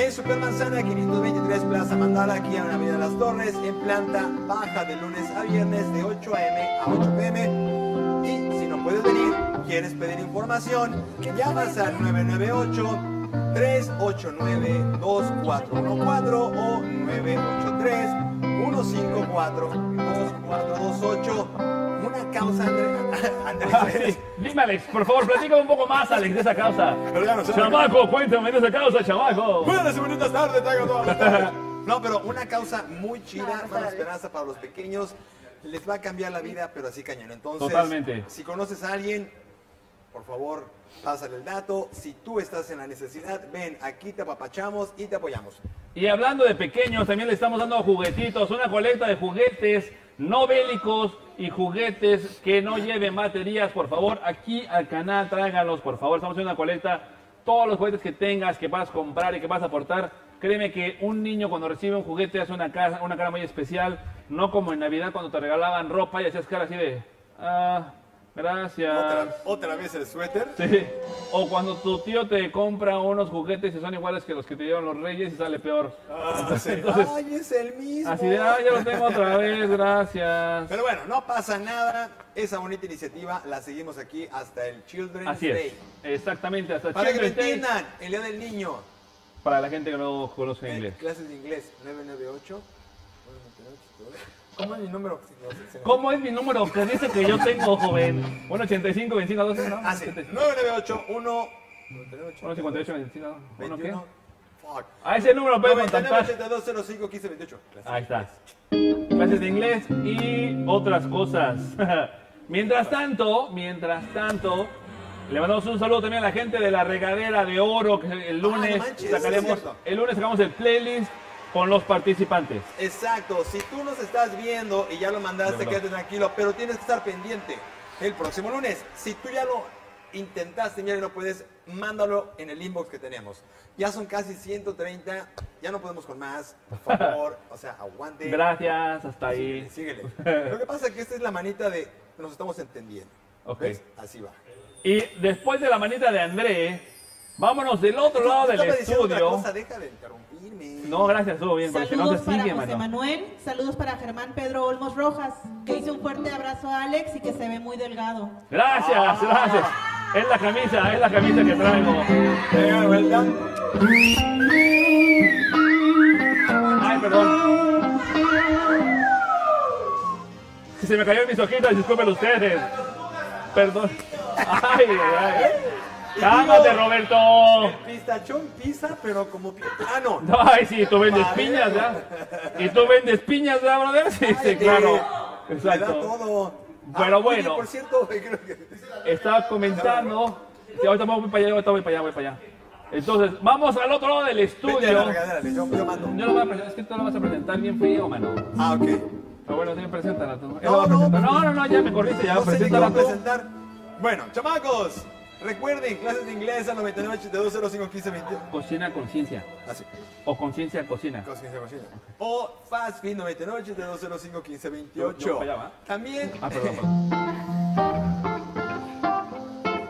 [SPEAKER 2] en Supermanzana 523 Plaza Mandala, aquí en la Avenida Las Torres, en planta baja de lunes a viernes de 8 a.m. a 8 p.m. Y si no puedes venir, quieres pedir información, llamas al 998-389-2414 o 983-154-2428. Una causa, Andrés.
[SPEAKER 1] Ah, sí. Dime, Alex, por favor, platícame un poco más, Alex, de esa causa.
[SPEAKER 2] Pero ya no sé.
[SPEAKER 1] Chamaco, cuéntame de esa causa, chamaco.
[SPEAKER 2] Buenas y bonitas tardes, traigo todas las tardes. No, pero una causa muy chida, una esperanza para los pequeños. Les va a cambiar la vida, pero así cañón. Entonces,
[SPEAKER 1] Totalmente.
[SPEAKER 2] si conoces a alguien, por favor, pásale el dato. Si tú estás en la necesidad, ven, aquí te apapachamos y te apoyamos.
[SPEAKER 1] Y hablando de pequeños, también le estamos dando juguetitos, una colecta de juguetes no bélicos y juguetes que no lleven baterías, por favor, aquí al canal tráiganlos, por favor, estamos haciendo una colecta, todos los juguetes que tengas, que vas a comprar y que vas a aportar, créeme que un niño cuando recibe un juguete hace una cara, una cara muy especial, no como en Navidad cuando te regalaban ropa y hacías cara así de, ah, gracias.
[SPEAKER 2] otra vez el suéter.
[SPEAKER 1] Sí. O cuando tu tío te compra unos juguetes y son iguales que los que te dieron los reyes y sale peor. Ah. Entonces,
[SPEAKER 2] Ah, Ay, es el mismo.
[SPEAKER 1] Así de, ah, ya lo tengo otra vez, gracias.
[SPEAKER 2] Pero bueno, no pasa nada. Esa bonita iniciativa la seguimos aquí hasta el Children's
[SPEAKER 1] Así es,
[SPEAKER 2] Day.
[SPEAKER 1] exactamente, hasta
[SPEAKER 2] Para que lo
[SPEAKER 1] Children's Day,
[SPEAKER 2] entiendan, el día del niño.
[SPEAKER 1] Para la gente que no conoce
[SPEAKER 2] Eh,
[SPEAKER 1] inglés.
[SPEAKER 2] Clases de inglés, 998. ¿Cómo es mi número?
[SPEAKER 1] ¿Cómo es mi número que dice que yo tengo, joven? 185, 25, 12, ¿no?
[SPEAKER 2] Ah, sí. 998 1
[SPEAKER 1] 158, 25, ¿uno qué?
[SPEAKER 2] 21. Fuck.
[SPEAKER 1] A ese número puedes
[SPEAKER 2] 99
[SPEAKER 1] contactar.
[SPEAKER 2] 82 05 15 28.
[SPEAKER 1] Ahí está. Clases de inglés y otras cosas. mientras tanto, mientras tanto, le mandamos un saludo también a la gente de la regadera de oro que el lunes
[SPEAKER 2] Ah, no manches,
[SPEAKER 1] sacaremos,
[SPEAKER 2] es cierto.
[SPEAKER 1] el lunes sacamos el playlist con los participantes.
[SPEAKER 2] Exacto, si tú nos estás viendo y ya lo mandaste, quédate tranquilo, pero tienes que estar pendiente el próximo lunes. Si tú ya lo intentaste enviar y no puedes, mándalo en el inbox que tenemos. Ya son casi 130, ya no podemos con más, por favor, o sea, aguante.
[SPEAKER 1] Gracias, hasta ahí.
[SPEAKER 2] Síguele. Lo que pasa es que esta es la manita de nos estamos entendiendo.
[SPEAKER 1] Ok.
[SPEAKER 2] ¿Ves? Así va.
[SPEAKER 1] Y después de la manita de André, vámonos del otro lado del
[SPEAKER 2] Estaba diciendo otra
[SPEAKER 1] estudio.
[SPEAKER 2] cosa, deja de interrumpirme.
[SPEAKER 1] No, gracias, todo bien, porque no se
[SPEAKER 6] Saludos para
[SPEAKER 1] sigue,
[SPEAKER 6] José
[SPEAKER 1] mano.
[SPEAKER 6] Manuel, saludos para Germán Pedro Olmos Rojas, que hizo un fuerte abrazo a Alex y que se ve muy delgado.
[SPEAKER 1] Gracias, gracias. Es la camisa, es la camisa que traigo.
[SPEAKER 2] Venga, vuelta.
[SPEAKER 1] Ay, perdón. Se me cayó en mis hojitas, disculpen ustedes. Perdón. Ay, ay. Cálmate, Roberto.
[SPEAKER 2] Pistachón pisa, pero como pi- Ah, no.
[SPEAKER 1] No, ay, sí, tú vendes piñas, ¿ya? Y tú vendes piñas, ¿ya, brother? Sí, sí, claro.
[SPEAKER 2] Me da
[SPEAKER 1] Exacto.
[SPEAKER 2] todo. Ah,
[SPEAKER 1] Pero
[SPEAKER 2] oye,
[SPEAKER 1] bueno.
[SPEAKER 2] Por cierto, creo que-
[SPEAKER 1] Estaba comentando. Sí, ahorita voy para allá, ahorita voy para allá, voy para allá. Entonces, vamos al otro lado del
[SPEAKER 2] Vete a la
[SPEAKER 1] estudio.
[SPEAKER 2] regadera, le- yo, yo mando.
[SPEAKER 1] Yo lo voy a presentar, es que tú lo vas a presentar bien frío, mano.
[SPEAKER 2] Ah, ok.
[SPEAKER 1] Pero bueno, sí, preséntala tú. Él
[SPEAKER 2] No,
[SPEAKER 1] la va
[SPEAKER 2] no,
[SPEAKER 1] a presentar.
[SPEAKER 2] pues-
[SPEAKER 1] no, no, no, ya me corriste, ya,
[SPEAKER 2] no sé ni
[SPEAKER 1] preséntala
[SPEAKER 2] cómo
[SPEAKER 1] tú.
[SPEAKER 2] presentar. Bueno, chamacos, recuerden, clases de inglés al 99 82 05 15 20.
[SPEAKER 1] Cocina conciencia.
[SPEAKER 2] Así.
[SPEAKER 1] O conciencia cocina.
[SPEAKER 2] Cocina, cocina. O Fast Fit 99 82 05 15 28.
[SPEAKER 1] Yo- yo fallaba.
[SPEAKER 2] También.
[SPEAKER 1] Ah, perdón, perdón.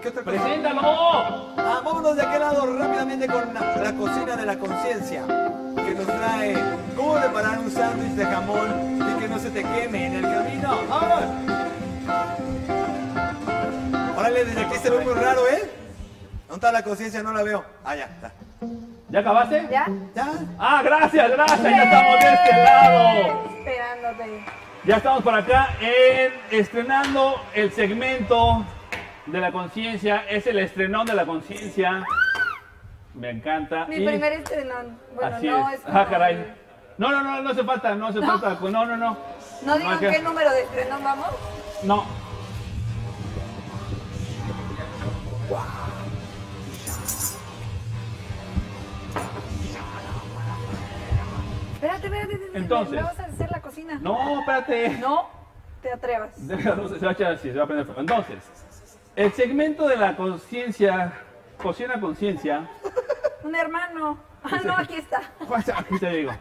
[SPEAKER 2] ¿Qué otra cosa?
[SPEAKER 1] ¡Preséntalo!
[SPEAKER 2] Ah, vámonos de aquel lado rápidamente con la, la cocina de la conciencia que nos trae cómo preparar un sándwich de jamón y que no se te queme en el camino. ¡Vámonos! Órale, desde aquí se ve muy raro, ¿eh? ¿Dónde está la conciencia? No la veo. Ah, ya, está.
[SPEAKER 1] ¿Ya acabaste?
[SPEAKER 5] ¿Ya?
[SPEAKER 2] ¿Ya?
[SPEAKER 1] Ah, gracias, gracias. Ya estamos de este lado.
[SPEAKER 5] Esperándote.
[SPEAKER 1] Ya estamos por acá en- estrenando el segmento de la conciencia. Es el estrenón de la conciencia. Me encanta.
[SPEAKER 5] Mi
[SPEAKER 1] Y-
[SPEAKER 5] primer estrenón. Bueno,
[SPEAKER 1] Así
[SPEAKER 5] no
[SPEAKER 1] es.
[SPEAKER 5] es.
[SPEAKER 1] Ah, caray. No, no, no, no hace falta, no hace falta. No, no, no.
[SPEAKER 5] No
[SPEAKER 1] hay
[SPEAKER 5] digan
[SPEAKER 1] que-
[SPEAKER 5] qué número de estrenón vamos.
[SPEAKER 1] No. Entonces.
[SPEAKER 5] Vamos a hacer la cocina.
[SPEAKER 1] No, espérate.
[SPEAKER 5] No te atrevas.
[SPEAKER 1] Déjalo, se va a echar así, se va a prender fuego. Entonces, el segmento de la conciencia, cocina conciencia,
[SPEAKER 5] Un hermano. Ah, no, aquí está.
[SPEAKER 1] aquí te digo.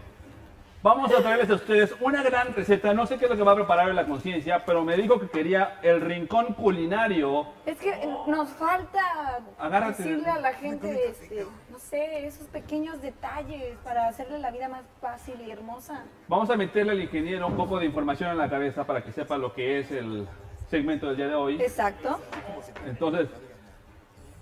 [SPEAKER 1] Vamos a traerles a ustedes una gran receta. No sé qué es lo que va a preparar hoy la conciencia, pero me dijo que quería el rincón culinario.
[SPEAKER 5] Es que eh, nos falta
[SPEAKER 1] Agárrate.
[SPEAKER 5] decirle a la gente, este, no sé, esos pequeños detalles para hacerle la vida más fácil y hermosa.
[SPEAKER 1] Vamos a meterle al ingeniero un poco de información en la cabeza para que sepa lo que es el segmento del día de hoy.
[SPEAKER 5] Exacto.
[SPEAKER 1] Entonces,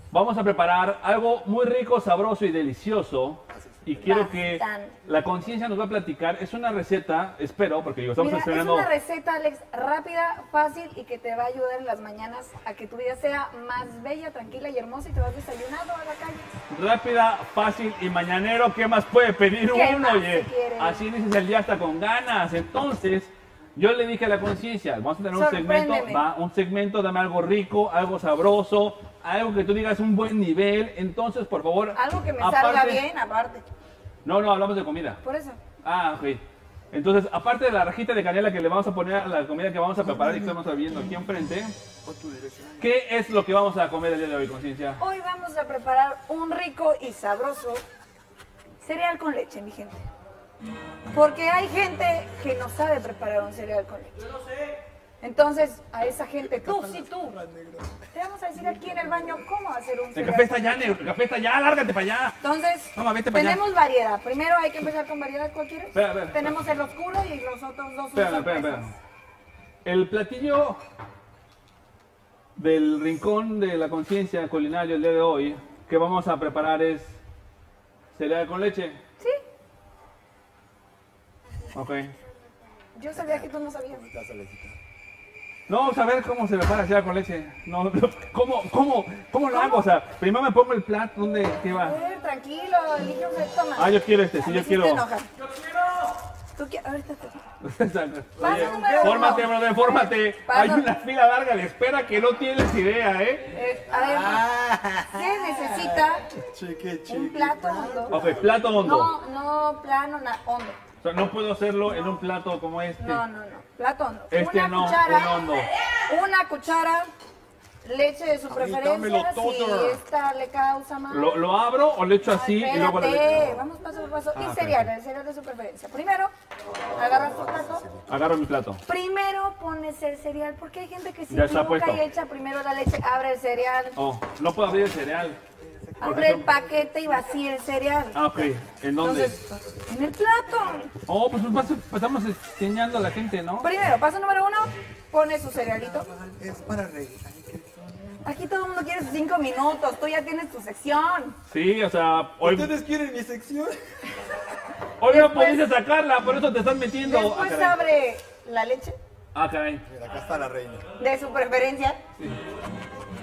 [SPEAKER 1] vamos a preparar algo muy rico, sabroso y delicioso. Y quiero que
[SPEAKER 5] Bastante.
[SPEAKER 1] la conciencia nos va a platicar. Es una receta, espero, porque digo, estamos
[SPEAKER 5] Mira, es
[SPEAKER 1] estrenando.
[SPEAKER 5] una receta, Alex, rápida, fácil y que te va a ayudar en las mañanas a que tu vida sea más bella, tranquila y hermosa y te vas desayunado a la calle.
[SPEAKER 1] Rápida, fácil y mañanero. ¿Qué más puede pedir
[SPEAKER 5] ¿Qué
[SPEAKER 1] uno?
[SPEAKER 5] más
[SPEAKER 1] Oye,
[SPEAKER 5] se quiere?
[SPEAKER 1] así inicias el día hasta con ganas. Entonces, yo le dije a la conciencia, vamos a tener un segmento,
[SPEAKER 5] Sorpréndeme.
[SPEAKER 1] va, un segmento, dame algo rico, algo sabroso, algo que tú digas un buen nivel. Entonces, por favor,
[SPEAKER 5] Algo que me salga
[SPEAKER 1] aparte-
[SPEAKER 5] bien, aparte.
[SPEAKER 1] No, no, hablamos de comida.
[SPEAKER 5] Por eso.
[SPEAKER 1] Ah, ok. Entonces, aparte de la rajita de canela que le vamos a poner a la comida que vamos a preparar y que estamos viendo aquí enfrente, ¿qué es lo que vamos a comer el día de hoy, conciencia?
[SPEAKER 5] Hoy vamos a preparar un rico y sabroso cereal con leche, mi gente. Porque hay gente que no sabe preparar un cereal con leche. Yo no sé. Entonces, a esa gente, tú, sí tú, te vamos a decir aquí en el baño cómo hacer un
[SPEAKER 1] El
[SPEAKER 5] cereal.
[SPEAKER 1] café está allá, negro, el café está allá, lárgate para allá.
[SPEAKER 5] Entonces,
[SPEAKER 1] Toma, vete para allá.
[SPEAKER 5] tenemos variedad. Primero hay que empezar con variedad cualquiera.
[SPEAKER 1] Espera, espera.
[SPEAKER 5] Tenemos el oscuro y los otros dos son
[SPEAKER 1] Espérame, espérame,
[SPEAKER 5] sorpresas.
[SPEAKER 1] espérame. El platillo del rincón de la conciencia culinaria el día de hoy que vamos a preparar es cereal con leche.
[SPEAKER 5] Sí,
[SPEAKER 1] Ok.
[SPEAKER 5] yo sabía que tú no sabías.
[SPEAKER 1] No, vamos a ver cómo se prepara cereal con leche. No, no, ¿cómo, cómo, cómo lo hago? O sea, primero me pongo el plato, ¿dónde, qué
[SPEAKER 5] A
[SPEAKER 1] va?
[SPEAKER 5] ver, tranquilo, elige un toma.
[SPEAKER 1] Ah, yo quiero este, sí,
[SPEAKER 5] A
[SPEAKER 1] yo
[SPEAKER 5] mí
[SPEAKER 1] quiero.
[SPEAKER 5] Te enojas. Yo quiero. Tú quieres. Ahorita te.
[SPEAKER 1] Exacto.
[SPEAKER 5] Paso
[SPEAKER 1] Oye,
[SPEAKER 5] número uno.
[SPEAKER 1] fórmate, brother, fórmate.
[SPEAKER 5] Paso-
[SPEAKER 1] Hay una fila larga de espera que no tienes idea, ¿eh?
[SPEAKER 5] Eh, a ver, se necesita un plato hondo.
[SPEAKER 1] Ok, plato hondo.
[SPEAKER 5] No, no plano, na, hondo.
[SPEAKER 1] O sea, no puedo hacerlo en un plato como este.
[SPEAKER 5] No, no, no. Plato hondo.
[SPEAKER 1] Este
[SPEAKER 5] una
[SPEAKER 1] no,
[SPEAKER 5] cuchara,
[SPEAKER 1] un hondo.
[SPEAKER 5] Una cuchara, leche de su preferencia. Si esta le causa más.
[SPEAKER 1] ¿Lo, lo abro o lo echo así y luego le
[SPEAKER 5] Espérate, vamos paso por paso.
[SPEAKER 1] Ah,
[SPEAKER 5] y cereal, el cereal de su preferencia. Primero, agarras tu plato.
[SPEAKER 1] Agarro mi plato.
[SPEAKER 5] Primero pones el cereal, porque hay gente que se
[SPEAKER 1] Ya está
[SPEAKER 5] equivoca
[SPEAKER 1] puesto.
[SPEAKER 5] y echa primero la leche, abre el cereal,
[SPEAKER 1] Oh, no puedo abrir el cereal.
[SPEAKER 5] abre el paquete y vacía el cereal.
[SPEAKER 1] Ah, ok. ¿En dónde?
[SPEAKER 5] Entonces, en el plato.
[SPEAKER 1] Oh, pues nos pas- pasamos enseñando a la gente, ¿no?
[SPEAKER 5] Primero, paso número uno, pone su cerealito.
[SPEAKER 2] Es para reír.
[SPEAKER 5] Aquí todo el mundo quiere sus cinco minutos, tú ya tienes tu sección.
[SPEAKER 1] Sí, o sea, hoy,
[SPEAKER 2] ¿Ustedes quieren mi sección?
[SPEAKER 1] hoy no
[SPEAKER 5] después-
[SPEAKER 1] pudiste sacarla, por eso te están metiendo. Ah,
[SPEAKER 5] Después
[SPEAKER 1] caray.
[SPEAKER 5] abre la leche
[SPEAKER 1] Ah, caray.
[SPEAKER 2] Mira, acá está la reina.
[SPEAKER 5] de su preferencia.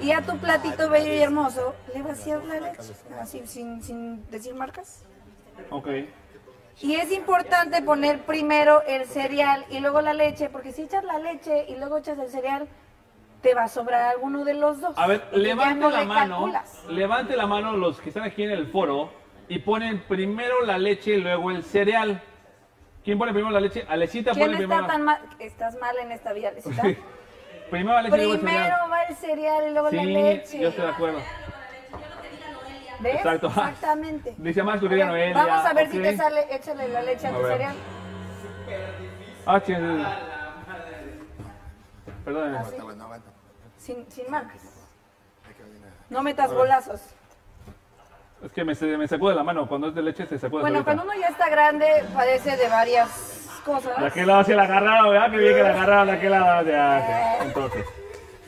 [SPEAKER 5] Y a tu platito bello y hermoso le vacías la leche, así sin, sin decir marcas.
[SPEAKER 1] Ok.
[SPEAKER 5] Y es importante poner primero el cereal y luego la leche, porque si echas la leche y luego echas el cereal, te va a sobrar alguno de los dos.
[SPEAKER 1] A ver,
[SPEAKER 5] Porque ya
[SPEAKER 1] levante
[SPEAKER 5] no
[SPEAKER 1] la
[SPEAKER 5] le
[SPEAKER 1] mano.
[SPEAKER 5] calculas.
[SPEAKER 1] Levante la mano los que están aquí en el foro y ponen primero la leche y luego el cereal. ¿Quién pone primero la leche? Alecita
[SPEAKER 5] ¿Quién
[SPEAKER 1] pone
[SPEAKER 5] está
[SPEAKER 1] primero.
[SPEAKER 5] tan mal? Estás mal en esta vida, Alecita.
[SPEAKER 1] primero la leche y luego el cereal.
[SPEAKER 5] primero va el cereal y luego la
[SPEAKER 1] Sí,
[SPEAKER 5] leche.
[SPEAKER 1] yo estoy de acuerdo.
[SPEAKER 5] ¿Ves?
[SPEAKER 1] Exacto.
[SPEAKER 5] Exactamente.
[SPEAKER 1] Dice más lo que diga
[SPEAKER 5] Ok,
[SPEAKER 1] Noelia.
[SPEAKER 5] Vamos a ver si
[SPEAKER 1] ok.
[SPEAKER 5] te sale, échale la leche a,
[SPEAKER 1] A
[SPEAKER 5] tu
[SPEAKER 1] ver.
[SPEAKER 5] cereal.
[SPEAKER 1] Ah, ching. Perdóname.
[SPEAKER 5] Así,
[SPEAKER 2] Bueno, aguanta.
[SPEAKER 5] sin, sin marcas. No metas golazos.
[SPEAKER 1] Pues Es que me, se- me sacó de la mano. Cuando es de leche, se sacó de
[SPEAKER 5] Bueno,
[SPEAKER 1] la
[SPEAKER 5] cuando uno ya está grande, padece de varias cosas.
[SPEAKER 1] La que la se la agarraron, ¿verdad? Que bien que la agarraron, la que la. ya, ok. Entonces.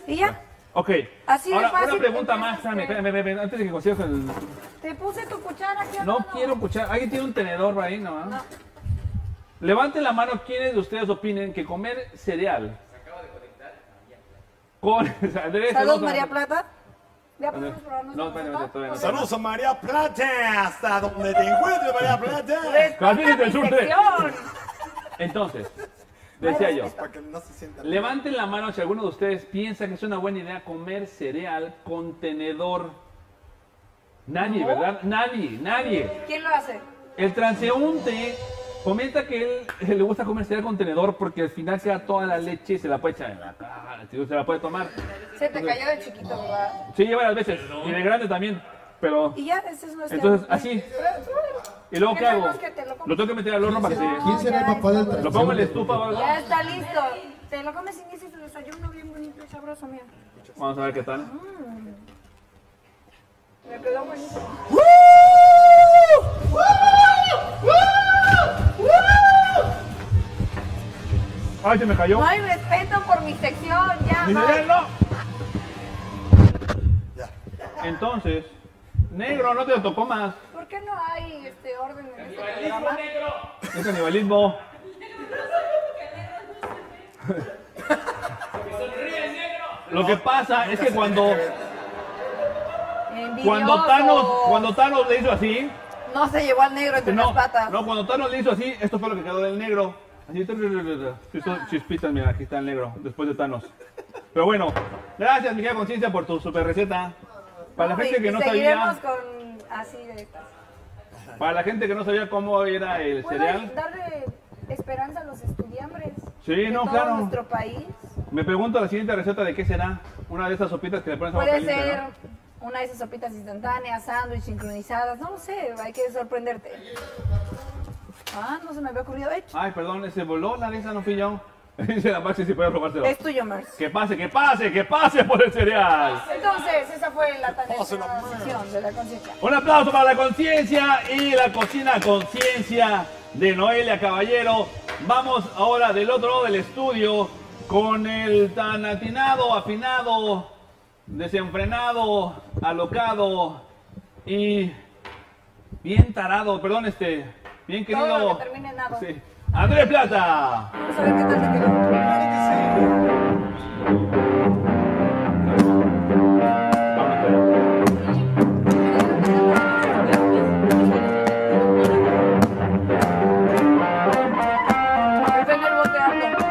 [SPEAKER 5] Y ya.
[SPEAKER 1] Ok.
[SPEAKER 5] Así de
[SPEAKER 1] Ahora,
[SPEAKER 5] fácil
[SPEAKER 1] una pregunta
[SPEAKER 5] empiezas,
[SPEAKER 1] más, espérame,
[SPEAKER 5] creo.
[SPEAKER 1] espérame, espérame, antes de que consigas el.
[SPEAKER 5] Te puse tu cuchara aquí al
[SPEAKER 1] No
[SPEAKER 5] lado.
[SPEAKER 1] quiero escuchar. ¿Alguien tiene un tenedor por ahí? No.
[SPEAKER 5] No.
[SPEAKER 1] Levanten la mano quienes de ustedes opinen que comer cereal. Con, Andrés,
[SPEAKER 5] Salud,
[SPEAKER 1] a-
[SPEAKER 5] María Plata. Ya
[SPEAKER 1] ver.
[SPEAKER 5] podemos probar nuestra
[SPEAKER 1] No, espérate,
[SPEAKER 5] receta?
[SPEAKER 1] todavía no.
[SPEAKER 2] Saludos a María Plata, hasta donde te encuentres, María Plata.
[SPEAKER 5] Responda
[SPEAKER 1] Casi te
[SPEAKER 5] mi
[SPEAKER 1] surte.
[SPEAKER 5] sección.
[SPEAKER 1] Entonces, decía yo.
[SPEAKER 2] Para que no se sientan.
[SPEAKER 1] Levanten la mano si alguno de ustedes piensa que es una buena idea comer cereal con tenedor. Nadie, ¿verdad? Nadie, nadie.
[SPEAKER 5] ¿Quién lo hace?
[SPEAKER 1] El transeúnte Comenta que él eh, le gusta comer cereal con tenedor porque al final se da toda la leche y se la puede echar en la cara, tío, se la puede tomar.
[SPEAKER 5] Se te cayó de chiquito, ¿verdad?
[SPEAKER 1] Sí, lleva las veces, y de grande también, pero...
[SPEAKER 5] Y ya, ese es nuestro.
[SPEAKER 1] Entonces, así. ¿Y luego qué hago?
[SPEAKER 5] Que te lo
[SPEAKER 1] Lo
[SPEAKER 5] comes?
[SPEAKER 1] tengo que meter al horno para que se...
[SPEAKER 3] ¿Quién será el papá
[SPEAKER 1] Lo
[SPEAKER 3] del
[SPEAKER 1] pongo en la
[SPEAKER 3] transeúnte?
[SPEAKER 1] estufa o algo.
[SPEAKER 5] Ya está listo.
[SPEAKER 4] Te lo comes y dices tu desayuno bien bonito y sabroso, mira.
[SPEAKER 1] Vamos a ver qué tal.
[SPEAKER 5] Me quedó buenísimo.
[SPEAKER 1] Ay, se me cayó.
[SPEAKER 5] No hay respeto por mi sección, ya.
[SPEAKER 1] Mi
[SPEAKER 5] bye.
[SPEAKER 1] cereal no. Entonces, negro, no te lo tocó más.
[SPEAKER 5] ¿Por qué no hay este orden en este programa?
[SPEAKER 1] Es canibalismo. Lo que pasa es que cuando,
[SPEAKER 5] Envidioso.
[SPEAKER 1] cuando Thanos, cuando Thanos le hizo así,
[SPEAKER 5] No se llevó al negro entre
[SPEAKER 1] no,
[SPEAKER 5] las patas.
[SPEAKER 1] no, cuando Thanos le hizo así, esto fue lo que quedó del negro. Así, tru, tru, tru, tru. Esto-
[SPEAKER 5] Ah.
[SPEAKER 1] chispitas, mira, aquí está el negro, después de Thanos. Pero bueno, gracias, mi querida Conciencia, por tu super receta. Para la
[SPEAKER 5] No, y-
[SPEAKER 1] gente que
[SPEAKER 5] y
[SPEAKER 1] no
[SPEAKER 5] seguiremos
[SPEAKER 1] sabía,
[SPEAKER 5] con así de estas.
[SPEAKER 1] para la gente que no sabía cómo era el
[SPEAKER 5] ¿Puedo
[SPEAKER 1] cereal,
[SPEAKER 5] darle esperanza a los estudiambres?
[SPEAKER 1] Sí,
[SPEAKER 5] de
[SPEAKER 1] no,
[SPEAKER 5] todo
[SPEAKER 1] claro.
[SPEAKER 5] nuestro país.
[SPEAKER 1] me pregunto la siguiente receta de qué será. Una de esas sopitas que le pones agua
[SPEAKER 5] Puede
[SPEAKER 1] caliente,
[SPEAKER 5] ser
[SPEAKER 1] ¿no? pues,
[SPEAKER 5] una de esas sopitas instantáneas, sándwich sincronizadas, no lo sé, hay que sorprenderte. Ah, no se me había ocurrido. Eh,
[SPEAKER 1] Ay, perdón, se voló la de esa, no fui yo. Dice la Maxi si puede robárselo.
[SPEAKER 5] Es tuyo, Mars.
[SPEAKER 1] Que pase, que pase, que pase por el cereal.
[SPEAKER 5] Entonces, esa fue la
[SPEAKER 1] Oh,
[SPEAKER 5] tarea sección de la conciencia.
[SPEAKER 1] Un aplauso para la conciencia y la cocina conciencia de Noelia Caballero. Vamos ahora del otro lado del estudio con el tan atinado, afinado, desenfrenado, alocado y bien tarado, perdón, este, bien
[SPEAKER 5] Todo
[SPEAKER 1] querido.
[SPEAKER 5] lo que termine en nado.
[SPEAKER 1] Sí. Andrés Plata.
[SPEAKER 5] Vamos a ver qué tal te quedó. Depende del bote alto.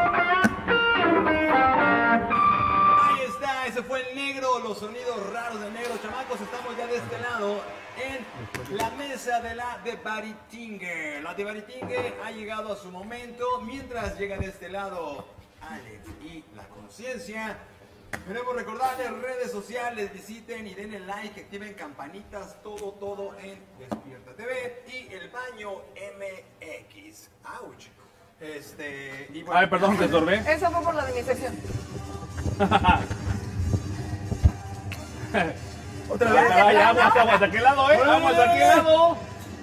[SPEAKER 2] Ahí está, ese fue el negro, los sonidos raros del negro. Chamacos, estamos ya de este lado en la mesa de la de Baritingue. La de Baritingue ha llegado a su momento. Mientras llega de este lado Alex y la conciencia. Queremos recordarles redes sociales, visiten y denle like, activen campanitas, todo, todo en Despierta TV y el baño MX. Ouch. Este, y bueno,
[SPEAKER 1] Ay, perdón, te estorbé.
[SPEAKER 5] Eso fue por la de mi sección.
[SPEAKER 2] Otra
[SPEAKER 1] Ah,
[SPEAKER 2] vez.
[SPEAKER 1] caray, aguas, aguas, ¿de qué lado, eh? Aguas, ¿de qué lado?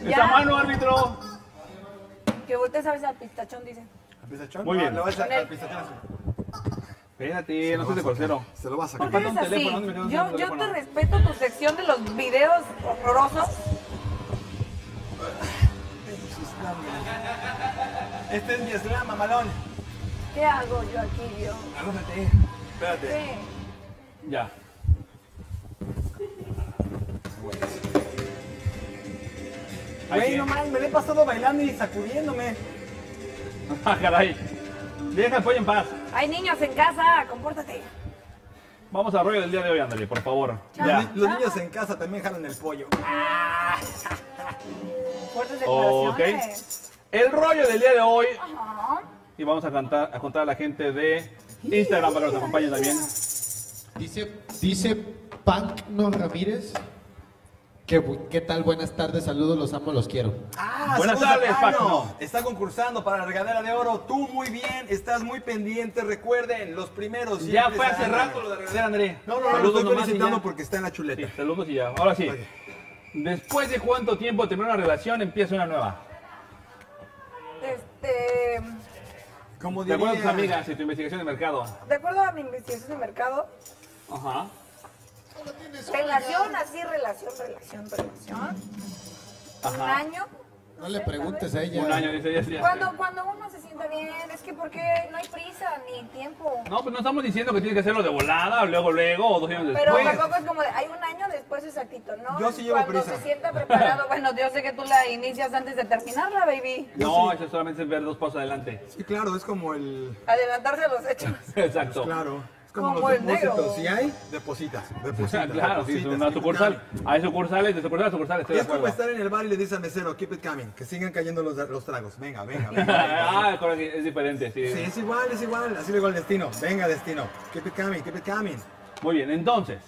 [SPEAKER 5] Ya.
[SPEAKER 1] Esa mano, árbitro.
[SPEAKER 5] Que voltees sabes al pistachón, dicen.
[SPEAKER 1] Muy bien.
[SPEAKER 2] No, la vas a-
[SPEAKER 5] Con él.
[SPEAKER 2] pistachón azul.
[SPEAKER 1] Espérate, no seas de corcero.
[SPEAKER 2] Se lo vas a
[SPEAKER 5] ¿Por
[SPEAKER 1] Me
[SPEAKER 5] qué
[SPEAKER 1] falta un
[SPEAKER 5] eres así?
[SPEAKER 1] teléfono, ¿dónde me quedo sin
[SPEAKER 5] Yo, yo
[SPEAKER 1] teléfono?
[SPEAKER 5] te respeto tu sección de los videos horrorosos.
[SPEAKER 2] Este es mi slam, mamalón.
[SPEAKER 5] ¿Qué hago yo aquí, yo?
[SPEAKER 2] Agárrate. Espérate.
[SPEAKER 5] ¿Qué?
[SPEAKER 1] Ya. Ahí
[SPEAKER 2] Güey,
[SPEAKER 1] sí.
[SPEAKER 2] no mames, me lo he pasado bailando y sacudiéndome.
[SPEAKER 1] Ah, caray. Deja el pollo en paz.
[SPEAKER 5] Hay niños en casa, compórtate.
[SPEAKER 1] Vamos al rollo del día de hoy, André, por favor.
[SPEAKER 2] Los,
[SPEAKER 1] Ya.
[SPEAKER 2] ni- los niños en casa también jalan el pollo.
[SPEAKER 5] Fuertes
[SPEAKER 1] Ok.
[SPEAKER 5] declaraciones.
[SPEAKER 1] El rollo del día de hoy.
[SPEAKER 5] Ajá.
[SPEAKER 1] Y vamos a cantar, a contar a la gente de Instagram para que nos acompañen también.
[SPEAKER 3] Dice, dice Punk No Ramírez. Que, bu- ¿Qué tal? Buenas tardes, saludos, los amo, los quiero.
[SPEAKER 2] Ah,
[SPEAKER 1] Buenas
[SPEAKER 2] Sousa
[SPEAKER 1] tardes,
[SPEAKER 2] Pano.
[SPEAKER 1] Paco.
[SPEAKER 2] Está concursando para la regadera de oro. Tú muy bien, estás muy pendiente. Recuerden, los primeros.
[SPEAKER 1] Ya
[SPEAKER 2] siempre
[SPEAKER 1] fue hace
[SPEAKER 2] serán-
[SPEAKER 1] rato lo de regresar, André.
[SPEAKER 2] No, no, no, lo
[SPEAKER 1] Saludos
[SPEAKER 2] estoy
[SPEAKER 1] nomás y ya.
[SPEAKER 2] felicitando porque está en la
[SPEAKER 1] Sí,
[SPEAKER 2] chuleta.
[SPEAKER 1] saludos y ya. Ahora sí. Después de cuánto tiempo termina una relación, empieza una nueva.
[SPEAKER 5] Este,
[SPEAKER 2] Como
[SPEAKER 1] De acuerdo a tus
[SPEAKER 2] Pues diría-
[SPEAKER 1] amigas y tu investigación de mercado.
[SPEAKER 5] de acuerdo a mi investigación de mercado,
[SPEAKER 1] Ajá.
[SPEAKER 5] relación, así, relación, relación, relación. Un
[SPEAKER 1] Ajá.
[SPEAKER 5] año.
[SPEAKER 3] No le preguntes a ella.
[SPEAKER 1] Un año, dice ya, sí, ya.
[SPEAKER 5] Cuando, cuando uno se sienta bien, es que porque no hay prisa ni tiempo.
[SPEAKER 1] No, pues no estamos diciendo que tienes que hacerlo de volada, o luego, luego, o dos años
[SPEAKER 5] Pero
[SPEAKER 1] después.
[SPEAKER 5] tampoco es como de, hay un año después exactito, ¿no?
[SPEAKER 2] Yo sí llevo
[SPEAKER 5] Cuando
[SPEAKER 2] prisa.
[SPEAKER 5] se sienta preparado, bueno, yo sé que tú la inicias antes de terminarla, baby.
[SPEAKER 1] No, eso solamente es ver dos pasos adelante.
[SPEAKER 2] Sí, claro, es como el.
[SPEAKER 5] Adelantarse a los hechos.
[SPEAKER 1] Exacto.
[SPEAKER 2] Claro. como,
[SPEAKER 5] Como
[SPEAKER 2] los
[SPEAKER 5] el negro.
[SPEAKER 2] depósitos. Si hay, depositas. depositas
[SPEAKER 1] Claro, sí, es
[SPEAKER 2] depositas.
[SPEAKER 1] una sucursal. Hay sucursales de sucursales, sucursales, estoy de
[SPEAKER 2] Es como
[SPEAKER 1] acuerdo.
[SPEAKER 2] estar en el bar y le dices al mesero, keep it coming, que sigan cayendo los, los tragos. Venga, venga, venga.
[SPEAKER 1] Ah, correcto, es diferente, sí.
[SPEAKER 2] Sí, es igual, es igual. Así le digo al destino. Venga, destino. Keep it coming, keep it coming.
[SPEAKER 1] Muy bien, entonces,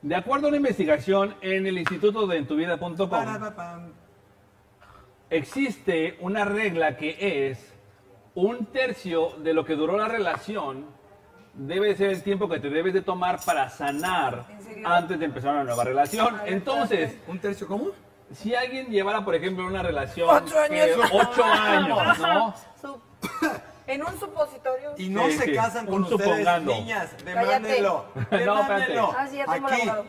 [SPEAKER 1] de acuerdo a una investigación en el instituto de entuvida.com,
[SPEAKER 2] Para, pa, pam.
[SPEAKER 1] existe una regla que es un tercio de lo que duró la relación debe ser el tiempo que te debes de tomar para sanar
[SPEAKER 5] ¿En serio?
[SPEAKER 1] antes de empezar una nueva relación. Entonces,
[SPEAKER 2] ¿Un tercio cómo?
[SPEAKER 1] si alguien llevara, por ejemplo, una relación
[SPEAKER 5] Ocho
[SPEAKER 1] que-
[SPEAKER 5] años.
[SPEAKER 1] ocho años, ¿no?
[SPEAKER 5] Su- en un supositorio.
[SPEAKER 2] Y no
[SPEAKER 1] Sí,
[SPEAKER 2] se
[SPEAKER 1] sí.
[SPEAKER 2] casan con
[SPEAKER 1] Un
[SPEAKER 2] ustedes,
[SPEAKER 1] supongando.
[SPEAKER 2] niñas. Demándenlo.
[SPEAKER 1] Cállate. No, espérate.
[SPEAKER 2] Demándenlo.
[SPEAKER 5] Ah, sí, ya tengo el
[SPEAKER 2] Aquí
[SPEAKER 5] abogado.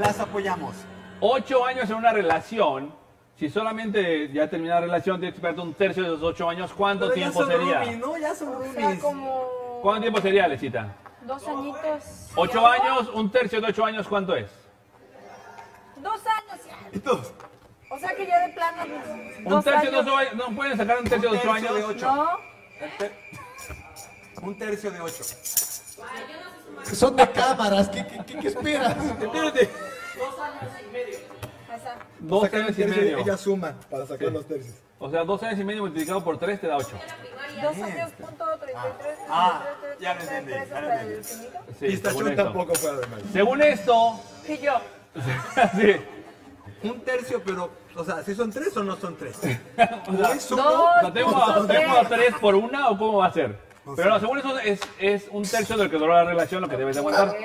[SPEAKER 2] las apoyamos.
[SPEAKER 1] ocho años en una relación, si solamente ya termina la relación, tienes que perder un tercio de esos ocho años, ¿cuánto
[SPEAKER 2] Pero ya
[SPEAKER 1] tiempo
[SPEAKER 2] son
[SPEAKER 1] sería?
[SPEAKER 2] roomies, ¿no? Ya son
[SPEAKER 5] O
[SPEAKER 2] roomies.
[SPEAKER 5] sea, como
[SPEAKER 1] ¿Cuánto tiempo sería, Lechita?
[SPEAKER 5] dos añitos.
[SPEAKER 1] Ocho
[SPEAKER 5] Ya.
[SPEAKER 1] años, un tercio de ocho años, ¿cuánto es?
[SPEAKER 5] Dos años. ya.
[SPEAKER 2] Y todos,
[SPEAKER 5] O sea que ya de plano.
[SPEAKER 1] Un tercio de ocho años, no pueden sacar un tercio de ocho
[SPEAKER 2] tercio de
[SPEAKER 1] años.
[SPEAKER 2] ocho.
[SPEAKER 5] No.
[SPEAKER 2] Un tercio de ocho.
[SPEAKER 3] Son de cámaras, ¿qué, qué, qué, qué esperas?
[SPEAKER 2] Espérate.
[SPEAKER 5] o sea,
[SPEAKER 1] Dos años y medio.
[SPEAKER 2] Ella suma para sacar los tercios.
[SPEAKER 1] O sea, dos años y medio multiplicado por tres te da ocho.
[SPEAKER 5] Dos años punto treinta y tres,
[SPEAKER 2] Ah,
[SPEAKER 5] treinta y
[SPEAKER 2] ya lo
[SPEAKER 5] tres, treinta y
[SPEAKER 2] entendí,
[SPEAKER 5] tres
[SPEAKER 2] ya lo
[SPEAKER 5] hasta el
[SPEAKER 2] entendí.
[SPEAKER 5] infinito.
[SPEAKER 1] Sí,
[SPEAKER 2] y esta
[SPEAKER 1] según
[SPEAKER 2] chun
[SPEAKER 1] esto.
[SPEAKER 2] tampoco fue además.
[SPEAKER 1] Según esto,
[SPEAKER 5] Y yo.
[SPEAKER 1] sí.
[SPEAKER 2] Un tercio, pero, o sea, si son tres o no son tres. ¿O es uno?
[SPEAKER 5] Dos.
[SPEAKER 1] ¿lo tengo, a, lo tengo a tres por una o cómo va a ser? Pero no, según eso es, es un tercio del que duró la relación lo que debes de aguantar.
[SPEAKER 5] Ok.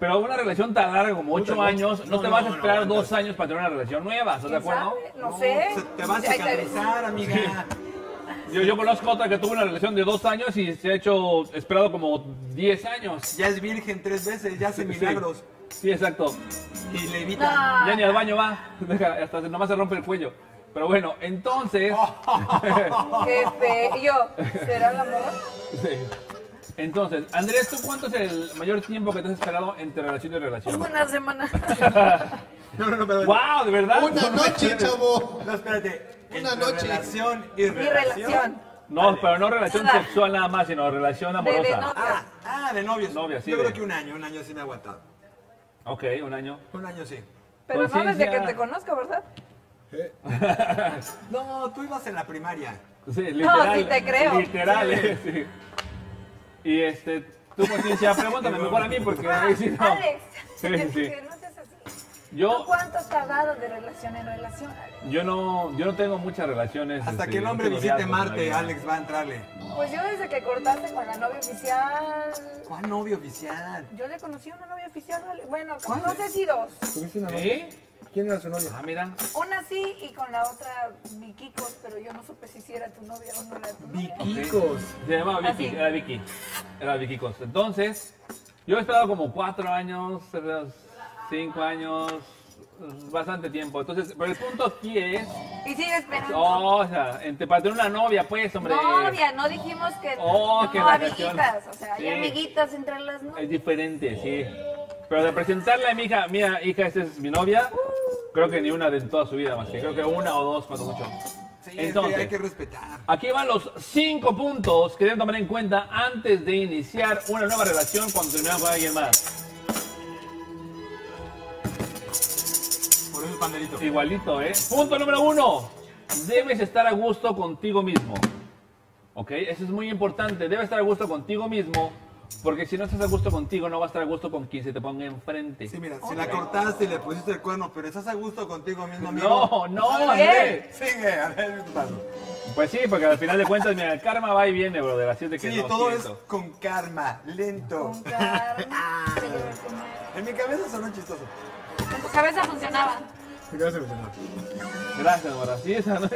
[SPEAKER 1] Pero una relación tan larga como ocho
[SPEAKER 2] no.
[SPEAKER 1] años, no,
[SPEAKER 2] No,
[SPEAKER 1] te
[SPEAKER 2] no,
[SPEAKER 1] vas a
[SPEAKER 2] no,
[SPEAKER 1] esperar
[SPEAKER 2] no.
[SPEAKER 1] dos años para tener una relación nueva, ¿estás de
[SPEAKER 5] ¿Quién
[SPEAKER 1] acuerdo?
[SPEAKER 5] sabe? No sé.
[SPEAKER 2] Se te vas a
[SPEAKER 5] Ahí está el-
[SPEAKER 2] cicatrizar, amiga.
[SPEAKER 1] Yo, yo conozco otra que tuvo una relación de dos años y se ha hecho esperado como diez años.
[SPEAKER 2] Ya es virgen tres veces, ya hace milagros.
[SPEAKER 1] Sí, sí, exacto.
[SPEAKER 2] Y le evita.
[SPEAKER 5] No.
[SPEAKER 1] Ya ni al baño va, Deja, hasta se- nomás se rompe el cuello. Pero bueno, entonces...
[SPEAKER 2] Oh.
[SPEAKER 5] Qué fe- y yo, ¿será el amor?
[SPEAKER 1] Sí. Entonces, Andrés, ¿tú cuánto es el mayor tiempo que te has esperado entre relación y relación?
[SPEAKER 5] Una semana.
[SPEAKER 2] No, no, no, pero.
[SPEAKER 1] ¡Wow! ¿De verdad?
[SPEAKER 3] Una noche, chavo.
[SPEAKER 2] No, espérate.
[SPEAKER 3] Una
[SPEAKER 2] Entre
[SPEAKER 3] noche.
[SPEAKER 2] Relación y
[SPEAKER 5] Mi relación.
[SPEAKER 2] relación.
[SPEAKER 1] No, pero no relación
[SPEAKER 5] Nada.
[SPEAKER 1] sexual nada más, sino relación
[SPEAKER 5] De, de
[SPEAKER 1] amorosa.
[SPEAKER 5] novios.
[SPEAKER 2] Ah, ah, de novios.
[SPEAKER 1] Novios, sí,
[SPEAKER 2] Yo
[SPEAKER 1] de-
[SPEAKER 2] creo que un año, un año sí me ha aguantado.
[SPEAKER 1] Ok, un año.
[SPEAKER 2] Un año sí.
[SPEAKER 5] Pero no desde que
[SPEAKER 1] conciencia.
[SPEAKER 5] te conozco, ¿verdad?
[SPEAKER 2] No, tú ibas en la primaria.
[SPEAKER 1] Sí, literal.
[SPEAKER 5] sí te creo.
[SPEAKER 1] Literal, eh, sí. Y este, tú, conciencia, pregúntame mejor a mí porque ahí sí no.
[SPEAKER 5] Alex,
[SPEAKER 1] Sí, sí.
[SPEAKER 5] que no seas así. ¿Tú
[SPEAKER 1] Yo,
[SPEAKER 5] cuánto has tardado de relación en relación, Alex?
[SPEAKER 1] yo, no, yo no tengo muchas relaciones.
[SPEAKER 2] Hasta
[SPEAKER 1] este,
[SPEAKER 2] que el hombre
[SPEAKER 1] no tengo
[SPEAKER 2] visite
[SPEAKER 1] noviazgos en la
[SPEAKER 2] Marte,
[SPEAKER 1] vida.
[SPEAKER 2] Alex va a entrarle.
[SPEAKER 5] Pues yo desde que cortaste con la novia oficial.
[SPEAKER 2] ¿Cuál novio oficial?
[SPEAKER 5] Yo le conocí a una novia oficial, Alex. Bueno,
[SPEAKER 2] ¿Cuál?
[SPEAKER 5] no sé si dos.
[SPEAKER 1] ¿Sí?
[SPEAKER 2] ¿Quién era su novio?
[SPEAKER 1] Ah, mira.
[SPEAKER 5] Una sí y con la otra Vikicos, pero yo no supe si sí era tu novia o no era tu novia.
[SPEAKER 2] Vikicos.
[SPEAKER 1] Se llamaba Vicky,
[SPEAKER 5] Así.
[SPEAKER 1] era Vicky. Era Vicky Costa. Entonces, yo he esperado como cuatro años, cinco años, bastante tiempo. Entonces, pero el punto aquí es,
[SPEAKER 5] Y sigue esperando.
[SPEAKER 1] oh, o sea, entre, para tener una novia, pues, hombre.
[SPEAKER 5] Novia, no dijimos que
[SPEAKER 1] Oh,
[SPEAKER 5] no,
[SPEAKER 1] que la canción.
[SPEAKER 5] amiguitas, o sea, hay
[SPEAKER 1] Sí.
[SPEAKER 5] amiguitas entre las novias.
[SPEAKER 1] Es diferente, sí. Pero de presentarle a mi hija, mira, hija, esta es mi novia, creo que ni una de en toda su vida más que creo que una o dos cuando mucho.
[SPEAKER 2] Sí, Entonces,
[SPEAKER 1] Entonces,
[SPEAKER 2] hay que respetar.
[SPEAKER 1] Aquí van los cinco puntos que deben tomar en cuenta antes de iniciar una nueva relación cuando terminamos con alguien más.
[SPEAKER 2] Por eso el panderito.
[SPEAKER 1] Igualito, ¿eh? Punto número uno. Debes estar a gusto contigo mismo. ¿Ok? Eso es muy importante. Debes estar a gusto contigo mismo porque si no estás a gusto contigo, no vas a estar a gusto con quien se te ponga enfrente.
[SPEAKER 2] Sí, mira, si la cortaste y le pusiste el cuerno, pero estás a gusto contigo mismo, amigo.
[SPEAKER 1] No, no,
[SPEAKER 5] Bien.
[SPEAKER 1] Andrés.
[SPEAKER 2] Sigue, a ver, tu paso.
[SPEAKER 1] Pues sí, porque al final de cuentas, mira, el karma va y viene, brother. Así es de que
[SPEAKER 2] Sí,
[SPEAKER 1] no
[SPEAKER 2] todo es
[SPEAKER 1] siento.
[SPEAKER 2] con karma, lento. Ah,
[SPEAKER 5] Con carne, se lo recomiendo.
[SPEAKER 2] En mi cabeza sonó chistoso.
[SPEAKER 5] En tu cabeza funcionaba.
[SPEAKER 2] Mi cabeza sonó.
[SPEAKER 1] Gracias, amor. Así es, ¿no?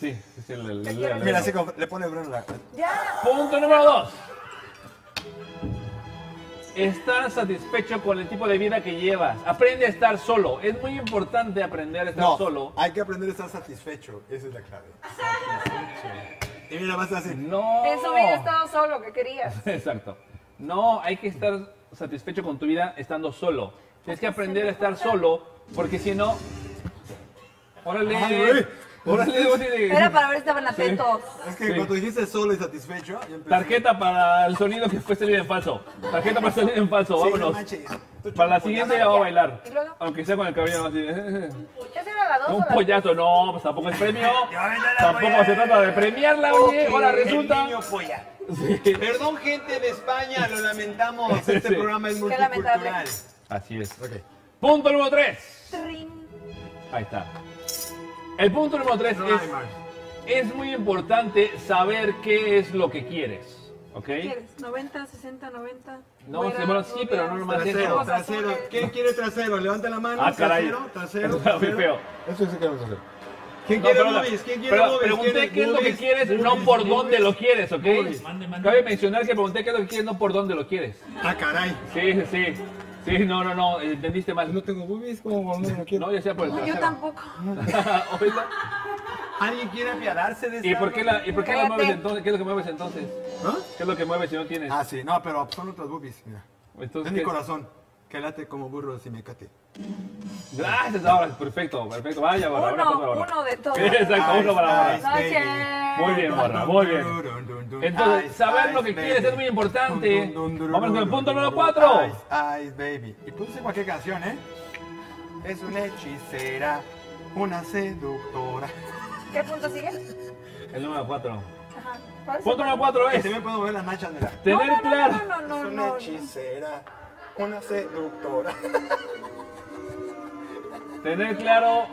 [SPEAKER 1] Sí, sí, le- le- le- le-
[SPEAKER 2] Mira, así como le pone Bruno la.
[SPEAKER 5] Ya,
[SPEAKER 1] Punto número dos. Estar satisfecho con el tipo de vida que llevas. Aprende a estar solo. Es muy importante aprender a estar
[SPEAKER 2] No,
[SPEAKER 1] solo.
[SPEAKER 2] hay que aprender a estar satisfecho. Esa es la clave. Y mira, vas a hacer.
[SPEAKER 1] No.
[SPEAKER 5] eso hubiera estado solo, que querías.
[SPEAKER 1] Exacto. No, hay que estar satisfecho con tu vida estando solo. Tienes que aprender a estar solo porque si no... Órale.
[SPEAKER 2] Ay, güey.
[SPEAKER 1] Órale, órale.
[SPEAKER 5] Era para ver si estaban atentos.
[SPEAKER 2] Es que
[SPEAKER 1] Sí.
[SPEAKER 2] cuando dijiste solo y satisfecho, yo empecé.
[SPEAKER 1] Tarjeta para el sonido que fue salir en falso. Tarjeta para salir en falso,
[SPEAKER 2] Sí, no
[SPEAKER 1] vámonos.
[SPEAKER 2] manches. Tú,
[SPEAKER 1] Para la
[SPEAKER 2] choco,
[SPEAKER 1] siguiente
[SPEAKER 2] ya.
[SPEAKER 1] ya va a bailar.
[SPEAKER 5] ¿Y luego?
[SPEAKER 1] Aunque sea con el cabello así. eh,
[SPEAKER 5] ¿Esa era la dos o
[SPEAKER 1] Un
[SPEAKER 5] la
[SPEAKER 1] pollazo, no, pues tampoco es premio.
[SPEAKER 2] Ya va a bailar la
[SPEAKER 1] Tampoco
[SPEAKER 2] polla.
[SPEAKER 1] se trata de premiarla, oye. Ahora
[SPEAKER 2] El
[SPEAKER 1] resulta.
[SPEAKER 2] niño polla.
[SPEAKER 1] Sí.
[SPEAKER 2] Perdón, gente de España, lo lamentamos. Este
[SPEAKER 1] Sí.
[SPEAKER 2] programa es
[SPEAKER 5] Qué lamentable.
[SPEAKER 2] multicultural.
[SPEAKER 1] Así es. Punto número 3.
[SPEAKER 5] Trin.
[SPEAKER 1] Ahí está. El punto número 3
[SPEAKER 2] No
[SPEAKER 1] es.
[SPEAKER 2] hay más.
[SPEAKER 1] Es muy importante saber qué es lo que quieres. ¿Ok?
[SPEAKER 4] ¿Quieres? ¿90, 60, 90?
[SPEAKER 1] No, sí, bueno, sí, pero no nomás
[SPEAKER 2] Trasero,
[SPEAKER 1] eso.
[SPEAKER 2] trasero. ¿Quién quiere trasero? Levanta la mano.
[SPEAKER 1] Ah, caray.
[SPEAKER 2] Trasero, trasero.
[SPEAKER 1] Eso está muy
[SPEAKER 2] trasero.
[SPEAKER 1] feo.
[SPEAKER 7] Eso sí que vamos a hacer.
[SPEAKER 2] ¿Quién
[SPEAKER 1] No,
[SPEAKER 2] quiere
[SPEAKER 1] perdona.
[SPEAKER 2] movies? ¿Quién quiere
[SPEAKER 1] Pero
[SPEAKER 2] movies?
[SPEAKER 1] pregunté
[SPEAKER 2] ¿Quiere
[SPEAKER 1] qué es lo que
[SPEAKER 2] movies?
[SPEAKER 1] quieres,
[SPEAKER 2] Movies,
[SPEAKER 1] no por
[SPEAKER 2] movies.
[SPEAKER 1] dónde lo quieres, ¿ok?
[SPEAKER 8] Mande, mande.
[SPEAKER 1] Cabe mencionar que pregunté qué es lo que quieres, no por dónde lo quieres.
[SPEAKER 2] Ah, caray.
[SPEAKER 1] Sí, sí, sí. Sí, no, no, no, entendiste mal.
[SPEAKER 7] No tengo boobies, como no lo quiero.
[SPEAKER 1] No, ya sea por el
[SPEAKER 5] No, yo
[SPEAKER 1] trasero.
[SPEAKER 5] tampoco.
[SPEAKER 1] Oíla.
[SPEAKER 2] ¿Alguien quiere apiadarse de
[SPEAKER 1] ¿Y
[SPEAKER 2] esta
[SPEAKER 1] por qué la, y por qué la
[SPEAKER 5] Cállate.
[SPEAKER 1] mueves entonces? ¿Qué es lo que mueves entonces?
[SPEAKER 2] ¿Ah?
[SPEAKER 1] ¿Qué es lo que mueves si no tienes?
[SPEAKER 2] Ah, sí, no, pero son otras boobies. Mira.
[SPEAKER 1] Entonces,
[SPEAKER 2] es mi
[SPEAKER 1] ¿qué es?
[SPEAKER 2] corazón, que late como burro si me cate.
[SPEAKER 1] Gracias, ahora, perfecto, perfecto. Vaya, Bárbara,
[SPEAKER 5] Uno,
[SPEAKER 1] ahora, ahora.
[SPEAKER 5] uno de todos.
[SPEAKER 1] Exacto, uno para Bárbara.
[SPEAKER 2] Este,
[SPEAKER 1] Muy bien, Bárbara, muy bien. Entonces, saber lo que quieres es muy importante. Vamos con el punto número 4.
[SPEAKER 2] Ice, ice Baby. Y puse cualquier canción, ¿eh? Es una hechicera, una seductora.
[SPEAKER 5] ¿Qué punto sigue?
[SPEAKER 1] El número 4.
[SPEAKER 5] Ajá. ¿Cuál es?
[SPEAKER 1] Punto número 4
[SPEAKER 2] Este
[SPEAKER 1] es
[SPEAKER 2] me puedo ver las nachas, mira.
[SPEAKER 5] No,
[SPEAKER 1] tener
[SPEAKER 5] no,
[SPEAKER 1] claro.
[SPEAKER 5] no, no, no,
[SPEAKER 2] es
[SPEAKER 5] no,
[SPEAKER 2] una
[SPEAKER 5] no.
[SPEAKER 2] hechicera, una seductora.
[SPEAKER 1] Tener claro.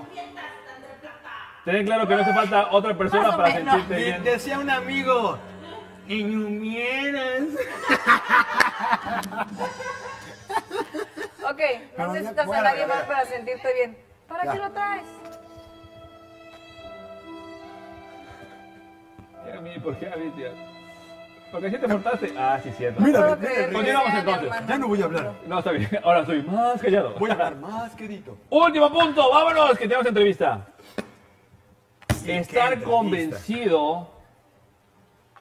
[SPEAKER 1] Tener claro que no hace falta otra
[SPEAKER 5] Más
[SPEAKER 1] persona
[SPEAKER 5] o
[SPEAKER 1] para
[SPEAKER 5] menos.
[SPEAKER 1] sentirte
[SPEAKER 2] Y
[SPEAKER 1] bien.
[SPEAKER 2] decía un amigo, iñumieras.
[SPEAKER 5] Ok,
[SPEAKER 2] Pero
[SPEAKER 5] no
[SPEAKER 2] ya
[SPEAKER 5] necesitas
[SPEAKER 2] fuera,
[SPEAKER 5] a nadie
[SPEAKER 2] ya
[SPEAKER 5] más
[SPEAKER 2] fuera.
[SPEAKER 5] para sentirte bien. ¿Para qué lo traes?
[SPEAKER 1] Mira a mí, ¿por qué a mí, tía? Porque así te portaste. Ah, sí, cierto.
[SPEAKER 5] Puedo
[SPEAKER 2] Mira,
[SPEAKER 5] creer que
[SPEAKER 1] Continuamos
[SPEAKER 5] sea mi
[SPEAKER 1] entonces.
[SPEAKER 5] hermano.
[SPEAKER 2] Ya no voy a hablar.
[SPEAKER 1] No, está bien. Ahora soy más callado.
[SPEAKER 2] Voy a hablar más, querido.
[SPEAKER 1] Último punto, vámonos, que tenemos entrevista.
[SPEAKER 2] qué
[SPEAKER 1] Estar
[SPEAKER 2] entrevista.
[SPEAKER 1] convencido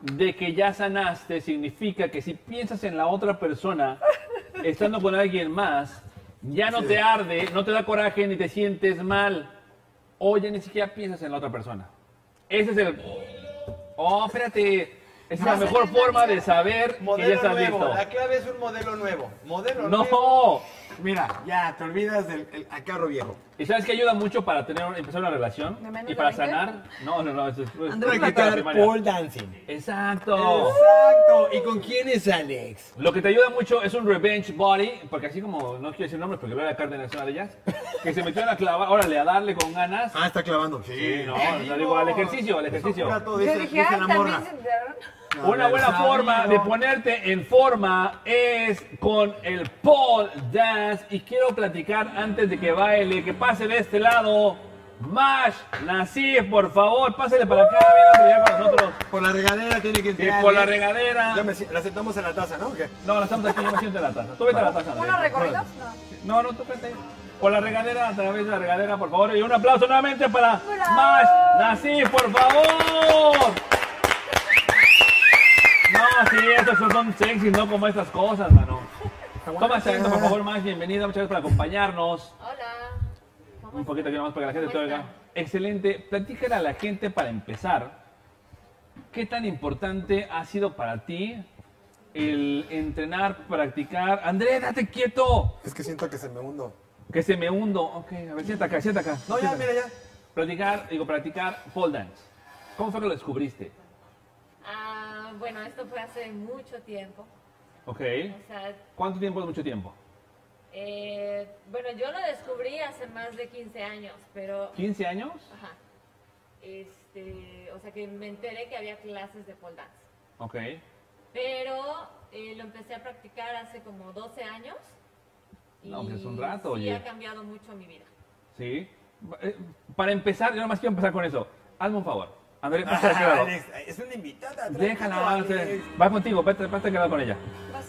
[SPEAKER 1] de que ya sanaste significa que si piensas en la otra persona, estando con alguien más, ya no te arde, no te da coraje, ni te sientes mal, o ya ni siquiera piensas en la otra persona. Ese es el... Oh, espérate. Esa es la mejor forma de saber que ya
[SPEAKER 2] Modelo
[SPEAKER 1] estás
[SPEAKER 2] nuevo.
[SPEAKER 1] listo.
[SPEAKER 2] La clave es un modelo nuevo. Modelo nuevo.
[SPEAKER 1] No.
[SPEAKER 2] Mira, ya, te olvidas del el- el carro viejo.
[SPEAKER 1] ¿Y sabes qué ayuda mucho para tener empezar una relación?
[SPEAKER 5] ¿De menos
[SPEAKER 1] Y para
[SPEAKER 5] de 20?
[SPEAKER 1] sanar. No, no, no, eso es. eso es
[SPEAKER 4] Andrés
[SPEAKER 1] la
[SPEAKER 4] Matar,
[SPEAKER 1] primaria.
[SPEAKER 2] dancing.
[SPEAKER 1] Exacto.
[SPEAKER 2] Exacto. ¿Y con quién es Alex?
[SPEAKER 1] Lo que te ayuda mucho es un revenge body, porque así como no quiero decir nombres porque luego la Cárdenas es una de ellas, que se metió a clavar, órale, a darle con ganas.
[SPEAKER 2] Ah, está clavando.
[SPEAKER 1] Sí, no, no digo al ejercicio, al ejercicio.
[SPEAKER 5] Yo dije, ay, también se enteraron.
[SPEAKER 1] Una buena forma de ponerte en forma es con el pole dance. Y quiero platicar antes de que baile, que pase de este lado. Mash, Nasif, por favor, pásale para acá, ven a pelear con nosotros.
[SPEAKER 2] Por la regadera tiene que
[SPEAKER 1] Y
[SPEAKER 2] entrar.
[SPEAKER 1] por la
[SPEAKER 2] ¿eh?
[SPEAKER 1] regadera.
[SPEAKER 2] Ya me si- la sentamos en la taza, ¿no? ¿O qué?
[SPEAKER 1] No, la estamos aquí, yo me siento en la taza. Tú vete a la taza.
[SPEAKER 5] ¿Unos
[SPEAKER 1] Andrea.
[SPEAKER 5] recorridos?
[SPEAKER 1] No,
[SPEAKER 5] No.
[SPEAKER 1] no, tú vete. Por la regadera, a través de la regadera, por favor. Y un aplauso nuevamente para
[SPEAKER 5] Bravo.
[SPEAKER 1] Mash, Nasif, por favor. No, sí, estos son- son sexy, no como estas cosas, mano. Toma asiento, por favor, Mash, bienvenida, muchas gracias por acompañarnos.
[SPEAKER 5] Hola.
[SPEAKER 1] Un poquito aquí nomás para que la gente te oiga. Excelente, platícale a la gente para empezar, ¿qué tan importante ha sido para ti el entrenar, practicar? Andrés, date quieto,
[SPEAKER 7] Es que siento que se me hundo.
[SPEAKER 1] que se me hundo. Ok, a ver, siéntate acá, siéntate acá.
[SPEAKER 2] No, ya,
[SPEAKER 1] siéntate.
[SPEAKER 2] mira, ya.
[SPEAKER 1] Platicar, digo, practicar pole dance. ¿Cómo fue que lo descubriste?
[SPEAKER 9] Ah, bueno, esto fue hace mucho tiempo.
[SPEAKER 1] Ok.
[SPEAKER 9] O sea,
[SPEAKER 1] ¿Cuánto tiempo es mucho tiempo?
[SPEAKER 9] eh, bueno, yo lo descubrí hace más de 15 años, pero...
[SPEAKER 1] ¿15 años?
[SPEAKER 9] Ajá. Este, o sea, que me enteré que había clases de pole dance.
[SPEAKER 1] Ok.
[SPEAKER 9] Pero eh, lo empecé a practicar hace como 12 años.
[SPEAKER 1] No, pues es un rato,
[SPEAKER 9] sí
[SPEAKER 1] oye.
[SPEAKER 9] ha cambiado mucho mi vida.
[SPEAKER 1] Sí. Eh, Para empezar, yo nomás quiero empezar con eso. Hazme un favor. Andrés, pásate al
[SPEAKER 2] Ah,
[SPEAKER 1] lado.
[SPEAKER 2] Alex, es una invitada.
[SPEAKER 1] Déjala,
[SPEAKER 2] tráetela,
[SPEAKER 1] avance.
[SPEAKER 2] Alex.
[SPEAKER 1] Va contigo, vete, vete a quedar con ella.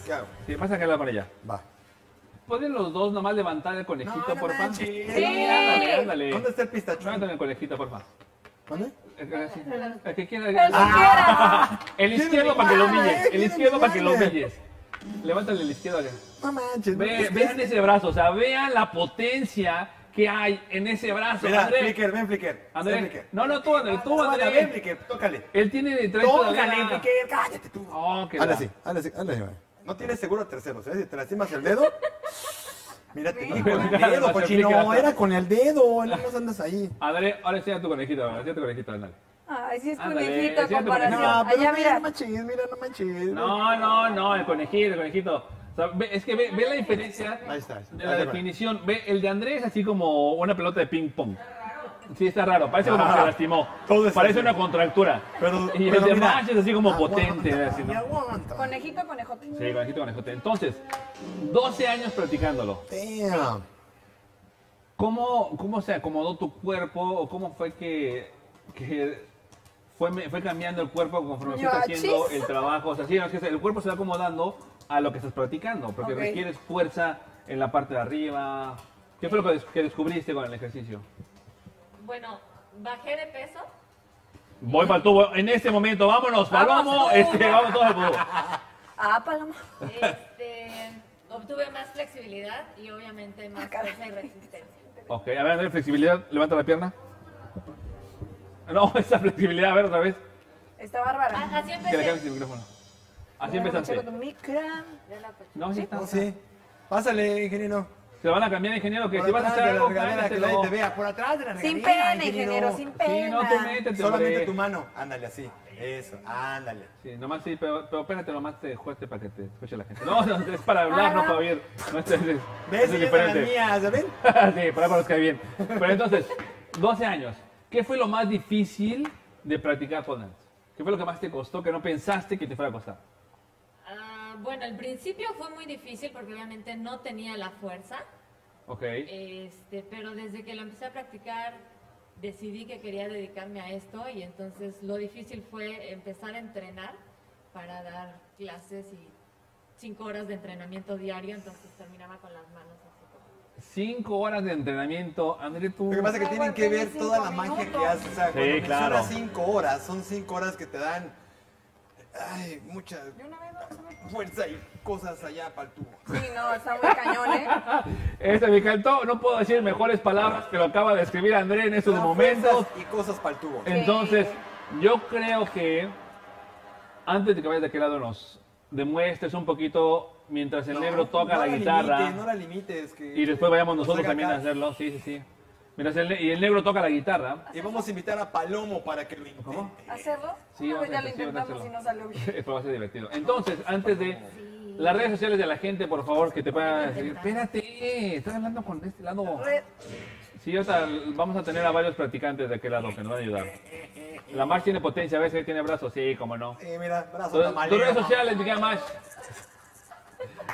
[SPEAKER 2] ¿Qué hago?
[SPEAKER 1] Sí, vas a quedar con ella.
[SPEAKER 7] Va.
[SPEAKER 1] ¿Pueden los dos nomás levantar el conejito,
[SPEAKER 2] No, no
[SPEAKER 1] porfa?
[SPEAKER 2] manches.
[SPEAKER 1] Sí, ándale, ándale.
[SPEAKER 2] ¿Dónde está el pistachón?
[SPEAKER 1] Levantan el conejito, porfa.
[SPEAKER 7] ¿Vale?
[SPEAKER 1] El que- así. El que quiera.
[SPEAKER 5] El que quiera.
[SPEAKER 1] El izquierdo para que lo humilles. El
[SPEAKER 2] Quiero
[SPEAKER 1] izquierdo para que lo
[SPEAKER 2] humillarme.
[SPEAKER 1] humilles. Levántale el izquierdo acá.
[SPEAKER 2] No manches. no,
[SPEAKER 1] Ve-
[SPEAKER 2] es que-
[SPEAKER 1] vean ese brazo, o sea, vean la potencia ¿Qué hay en ese brazo,
[SPEAKER 2] Mira,
[SPEAKER 1] André?
[SPEAKER 2] Flicker, ven, Flicker.
[SPEAKER 1] André.
[SPEAKER 2] Ven, Flicker.
[SPEAKER 1] No, no, tú, André, tú,
[SPEAKER 2] Tócala, Ven,
[SPEAKER 1] André.
[SPEAKER 2] Flicker, tócale.
[SPEAKER 1] Él tiene de trae
[SPEAKER 2] Tócale,
[SPEAKER 1] todavía-
[SPEAKER 2] Flicker, cállate tú.
[SPEAKER 1] Oh, que
[SPEAKER 7] Hazle
[SPEAKER 1] la-
[SPEAKER 7] así, hazle así, hazle así, güey.
[SPEAKER 2] No tienes seguro terceros, ¿eh? Si te lastimas el dedo. Mira, te dije con el
[SPEAKER 1] Claro,
[SPEAKER 2] dedo,
[SPEAKER 1] no,
[SPEAKER 2] cochino.
[SPEAKER 1] Flicker.
[SPEAKER 2] Era con el dedo, no nos andas ahí.
[SPEAKER 1] André, ahora enseña tu conejito, ahora enseña tu conejito, ándale.
[SPEAKER 5] Ay, sí es
[SPEAKER 1] Ándale,
[SPEAKER 5] conejito a
[SPEAKER 1] siéntate,
[SPEAKER 5] comparación.
[SPEAKER 1] conejito.
[SPEAKER 2] Ah, pero
[SPEAKER 5] Allá, mira.
[SPEAKER 2] No manches, mira, no manches.
[SPEAKER 1] No, no, no, el conejito, el conejito. O sea, ve- es que ve, ve la diferencia
[SPEAKER 7] Ahí está, ahí está.
[SPEAKER 1] de
[SPEAKER 7] Ahí está,
[SPEAKER 1] la
[SPEAKER 7] bueno.
[SPEAKER 1] definición. Ve, el de Andrés es así como una pelota de ping pong. Sí, está raro, parece como que se lastimó.
[SPEAKER 2] todo es así.
[SPEAKER 1] parece una contractura.
[SPEAKER 2] Pero-
[SPEAKER 1] y el
[SPEAKER 2] pero
[SPEAKER 1] de
[SPEAKER 2] mira. Ah,
[SPEAKER 1] Mash es así como potente. así, ¿no?
[SPEAKER 2] Aguanta.
[SPEAKER 5] Conejito, conejote.
[SPEAKER 1] Sí, conejito, conejote. Entonces, 12 años practicándolo.
[SPEAKER 2] Damn.
[SPEAKER 1] ¿Cómo, cómo se acomodó tu cuerpo o cómo fue que, que fue, me- fue cambiando el cuerpo conforme
[SPEAKER 5] Yo, ah,
[SPEAKER 1] fuiste haciendo
[SPEAKER 5] chis.
[SPEAKER 1] el trabajo? O sea, sí, es que el cuerpo se va acomodando a lo que estás practicando, porque
[SPEAKER 5] Ok.
[SPEAKER 1] requieres fuerza en la parte de arriba. ¿Qué fue lo que, des- que descubriste con el ejercicio?
[SPEAKER 9] Bueno, bajé de peso.
[SPEAKER 1] Voy para el tubo en este momento, vámonos,
[SPEAKER 5] Vamos,
[SPEAKER 1] vamos,
[SPEAKER 5] tú.
[SPEAKER 1] este, vamos todos al tubo.
[SPEAKER 5] Ah, paloma.
[SPEAKER 9] Este, obtuve más flexibilidad y obviamente más fuerza y resistencia.
[SPEAKER 1] Ok, a ver, Andrés, flexibilidad, levanta la pierna. No, esa flexibilidad, a ver otra vez.
[SPEAKER 5] Está bárbara.
[SPEAKER 9] Ah, Así
[SPEAKER 1] Que le cambies
[SPEAKER 9] empecé.
[SPEAKER 1] el micrófono. Así
[SPEAKER 5] Bueno,
[SPEAKER 1] empezaste.
[SPEAKER 5] checo tu micra.
[SPEAKER 1] No, sí, está.
[SPEAKER 2] No sé. Pásale, ingeniero.
[SPEAKER 1] Se van a cambiar, ingeniero, que
[SPEAKER 2] Por
[SPEAKER 1] si vas a
[SPEAKER 2] atrás
[SPEAKER 1] hacer
[SPEAKER 2] de la
[SPEAKER 1] algo,
[SPEAKER 2] regadera, que nadie
[SPEAKER 1] cámbiatelo.
[SPEAKER 2] te vea. Por atrás de la
[SPEAKER 5] Sin
[SPEAKER 2] regadera,
[SPEAKER 5] pena, ingeniero, sin
[SPEAKER 1] Sí,
[SPEAKER 5] pena.
[SPEAKER 1] no te metes,
[SPEAKER 2] Solamente
[SPEAKER 1] hombre.
[SPEAKER 2] tu mano. Ándale, así. Eso, ándale.
[SPEAKER 1] Sí, nomás sí, pero, pero espérate, nomás te jugaste para que te escuche la gente. No, no, es para hablar, no para oír. No, este es, es, es-
[SPEAKER 2] ¿Ves?
[SPEAKER 1] es
[SPEAKER 2] Ella es de las
[SPEAKER 1] diferente.
[SPEAKER 2] mías, ¿ya ven?
[SPEAKER 1] sí, para para los que bien. Pero entonces, 12 años, ¿qué fue lo más difícil de practicar pole dance? ¿Qué fue lo que más te costó que no pensaste que te fuera a costar?
[SPEAKER 9] Ah, bueno, al principio fue muy difícil porque obviamente no tenía la fuerza,
[SPEAKER 1] Ok.
[SPEAKER 9] este, pero desde que lo empecé a practicar decidí que quería dedicarme a esto y entonces lo difícil fue empezar a entrenar para dar clases y cinco horas de entrenamiento diario, entonces terminaba con las manos así como-
[SPEAKER 1] Cinco horas de entrenamiento, André,
[SPEAKER 2] Lo
[SPEAKER 1] tú.
[SPEAKER 2] que pasa es que tienen que ver
[SPEAKER 5] Cinco
[SPEAKER 2] toda la magia que
[SPEAKER 5] minutos.
[SPEAKER 2] haces. O sea,
[SPEAKER 1] Sí,
[SPEAKER 2] cuando
[SPEAKER 1] claro.
[SPEAKER 2] mencionas cinco horas, son cinco horas que te dan ay, mucha
[SPEAKER 5] Yo una vez vamos a ver.
[SPEAKER 2] fuerza y cosas allá para el tubo.
[SPEAKER 5] Sí, no, está muy cañón, ¿eh?
[SPEAKER 1] Este me encantó, no puedo decir mejores palabras que lo acaba de escribir André en estos
[SPEAKER 2] Te dan
[SPEAKER 1] momentos.
[SPEAKER 2] fuerzas Y cosas para el tubo.
[SPEAKER 1] Entonces, yo creo que antes de que vayas de aquel lado nos demuestres un poquito mientras el negro toca
[SPEAKER 2] no
[SPEAKER 1] la guitarra
[SPEAKER 2] Limites, no la limites. Que
[SPEAKER 1] y después vayamos
[SPEAKER 2] nos
[SPEAKER 1] nosotros
[SPEAKER 2] haga
[SPEAKER 1] también a
[SPEAKER 2] acá.
[SPEAKER 1] hacerlo. Sí, sí, sí. Mientras el, ne- y el negro toca la guitarra.
[SPEAKER 2] Y vamos a invitar a Palomo para que lo intente.
[SPEAKER 1] ¿Cómo?
[SPEAKER 5] ¿Hacerlo?
[SPEAKER 1] Sí,
[SPEAKER 5] una
[SPEAKER 1] vamos
[SPEAKER 5] vez
[SPEAKER 1] a
[SPEAKER 5] ya lo
[SPEAKER 1] hacer, sí, vamos a
[SPEAKER 5] intentamos y no salió bien.
[SPEAKER 1] Pero va a ser divertido. Entonces, antes de las redes sociales de la gente, por favor, que te puedan decir, espérate, estás hablando con este lado.
[SPEAKER 5] Red.
[SPEAKER 1] Sí, o sea, vamos a tener a varios practicantes de aquel lado que nos van a ayudar. La March tiene potencia, a veces tiene brazos, sí, cómo no.
[SPEAKER 2] Eh, mira, brazo
[SPEAKER 1] Tus tus redes
[SPEAKER 2] tamalero.
[SPEAKER 1] sociales, diga más.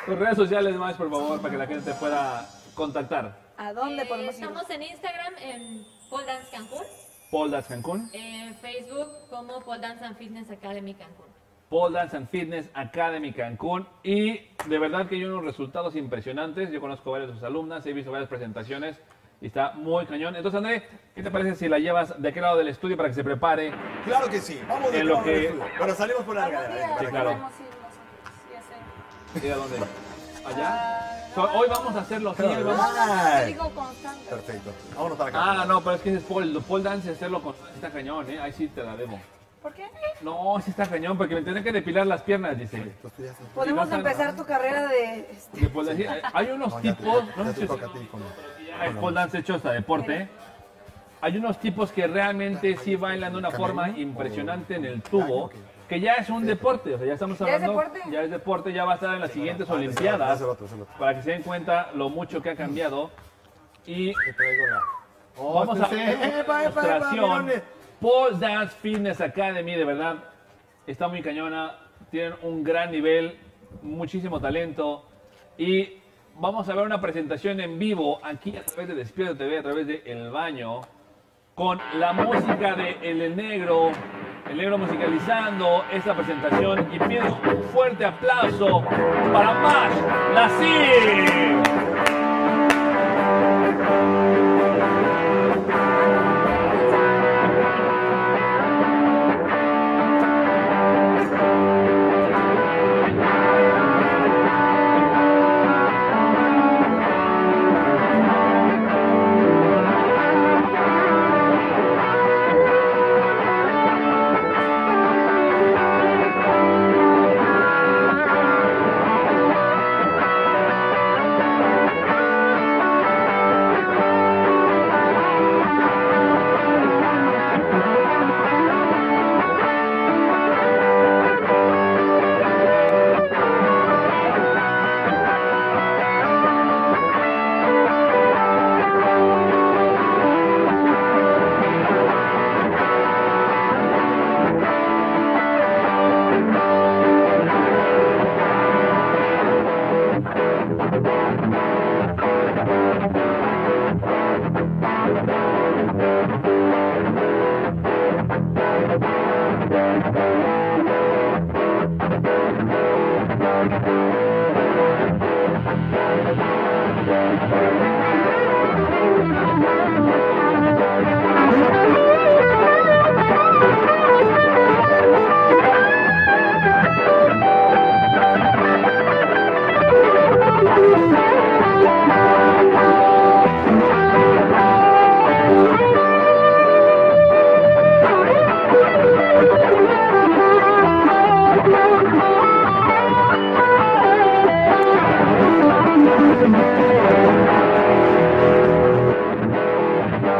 [SPEAKER 1] Tus redes sociales más, por favor, para que la gente te pueda contactar.
[SPEAKER 5] ¿A dónde
[SPEAKER 9] Eh,
[SPEAKER 5] podemos ir?
[SPEAKER 9] Estamos en Instagram en Pole Dance Cancún,
[SPEAKER 1] Paul Dance Cancún,
[SPEAKER 9] en Facebook como Pole Dance and Fitness Academy Cancún.
[SPEAKER 1] Paul Dance and Fitness Academy Cancún. Y de verdad que hay unos resultados impresionantes. Yo conozco varias de sus alumnas, he visto varias presentaciones y está muy cañón. Entonces, André, ¿qué te parece si la llevas de aquel lado del estudio para que se prepare?
[SPEAKER 2] Claro que sí. Vamos de
[SPEAKER 1] En lo
[SPEAKER 2] todo,
[SPEAKER 1] que-
[SPEAKER 2] Jesús. Pero salimos por la
[SPEAKER 5] Algún
[SPEAKER 2] regadera.
[SPEAKER 5] día
[SPEAKER 1] Sí, claro.
[SPEAKER 5] podemos ir nosotros y hacer.
[SPEAKER 1] ¿Y a dónde? ¿Allá? So, hoy vamos a hacerlo así. hoy vamos-
[SPEAKER 5] Te
[SPEAKER 2] Ay,
[SPEAKER 5] digo constante.
[SPEAKER 2] Perfecto. Vámonos para acá.
[SPEAKER 1] Ah, no, pero es que ese es Paul. Paul Dance hacerlo con... Está cañón, ¿eh? Ahí sí te la debo.
[SPEAKER 5] ¿Por qué?
[SPEAKER 1] No, sí está cañón, porque me tendré que depilar las piernas, dice.
[SPEAKER 5] Podemos
[SPEAKER 1] no,
[SPEAKER 5] empezar tu carrera de. este,
[SPEAKER 1] Que por decir, eh, hay unos
[SPEAKER 7] ya te-
[SPEAKER 1] tipos, no
[SPEAKER 7] ya
[SPEAKER 1] sé
[SPEAKER 7] te
[SPEAKER 1] si
[SPEAKER 7] toca a
[SPEAKER 1] ustedes
[SPEAKER 7] ti, como-
[SPEAKER 1] lo ya el pole dance hecho hasta deporte, hay unos tipos que realmente sí bailan de una forma impresionante en el tubo, que ya es un deporte, o sea, ya estamos
[SPEAKER 5] ¿Ya es
[SPEAKER 1] hablando,
[SPEAKER 5] deporte?
[SPEAKER 1] ya es deporte, ya va a estar en las siguientes olimpiadas,
[SPEAKER 7] Es el otro, es el otro.
[SPEAKER 1] para que se den cuenta lo mucho que ha cambiado, y
[SPEAKER 7] Te traigo la...
[SPEAKER 1] Vamos a
[SPEAKER 7] este sí.
[SPEAKER 1] ver
[SPEAKER 7] Epa, epa, epa,
[SPEAKER 1] demostración.
[SPEAKER 7] mirones.
[SPEAKER 1] Paul Dance Fitness Academy, de verdad, está muy cañona. Tienen un gran nivel, muchísimo talento. Y vamos a ver una presentación en vivo aquí a través de Despierta TV, a través de El Baño, con la música de El Negro. El negro musicalizando esta presentación y pido un fuerte aplauso para Mash Nassim.
[SPEAKER 9] Thank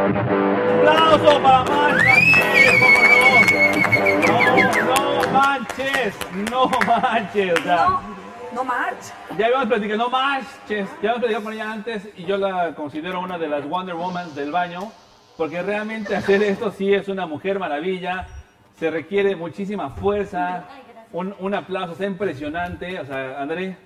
[SPEAKER 1] aplauso para Manches, cómo no. No, no manches, no manches. o sea,
[SPEAKER 5] No, no marcha.
[SPEAKER 1] Ya habíamos platicado, no manches, ya habíamos platicado con ella antes y yo la considero una de las Wonder Woman del baño, porque realmente hacer esto sí es una mujer maravilla, se requiere muchísima fuerza, un, un aplauso, está impresionante, o sea, André,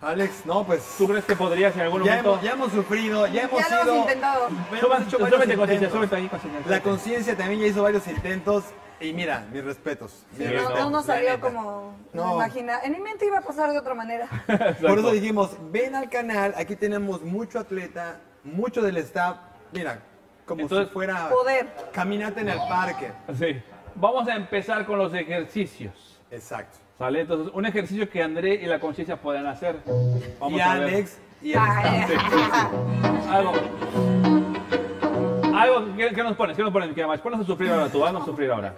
[SPEAKER 2] Alex, no, pues.
[SPEAKER 1] ¿tú crees que podrías en algún
[SPEAKER 2] Ya
[SPEAKER 1] momento?
[SPEAKER 2] hemos, ya hemos sufrido, ya hemos
[SPEAKER 5] Ya lo
[SPEAKER 2] sido.
[SPEAKER 5] hemos intentado.
[SPEAKER 2] hemos
[SPEAKER 1] Súbete,
[SPEAKER 2] hecho varios
[SPEAKER 1] súbete, Conciencia,
[SPEAKER 2] intentos.
[SPEAKER 1] súbete ahí, Conciencia, súbete.
[SPEAKER 2] La conciencia también ya hizo varios intentos. Y mira, mis respetos. mis
[SPEAKER 1] Sí, no, pues,
[SPEAKER 5] Sí, no, no,
[SPEAKER 2] respetos,
[SPEAKER 5] nos
[SPEAKER 2] la
[SPEAKER 5] salió
[SPEAKER 2] neta.
[SPEAKER 5] como
[SPEAKER 2] No.
[SPEAKER 5] no. imagina. En mi mente iba a pasar de otra manera.
[SPEAKER 2] Por eso
[SPEAKER 1] Exacto.
[SPEAKER 2] dijimos, ven al canal, aquí tenemos mucho atleta, mucho del staff. Mira, como
[SPEAKER 1] Entonces-
[SPEAKER 2] si fuera
[SPEAKER 5] Poder.
[SPEAKER 2] caminata en el parque.
[SPEAKER 1] Sí. Vamos a empezar con los ejercicios.
[SPEAKER 2] Exacto.
[SPEAKER 1] ¿Sale? Entonces, un ejercicio que André y la conciencia pueden hacer. Vamos
[SPEAKER 2] y
[SPEAKER 1] a ver.
[SPEAKER 2] Alex y el
[SPEAKER 5] Ay,
[SPEAKER 2] staff.
[SPEAKER 1] Algo. Algo que, que nos pones, que nos pones, que más. Ponos a sufrir ahora tú, haznos sufrir ahora.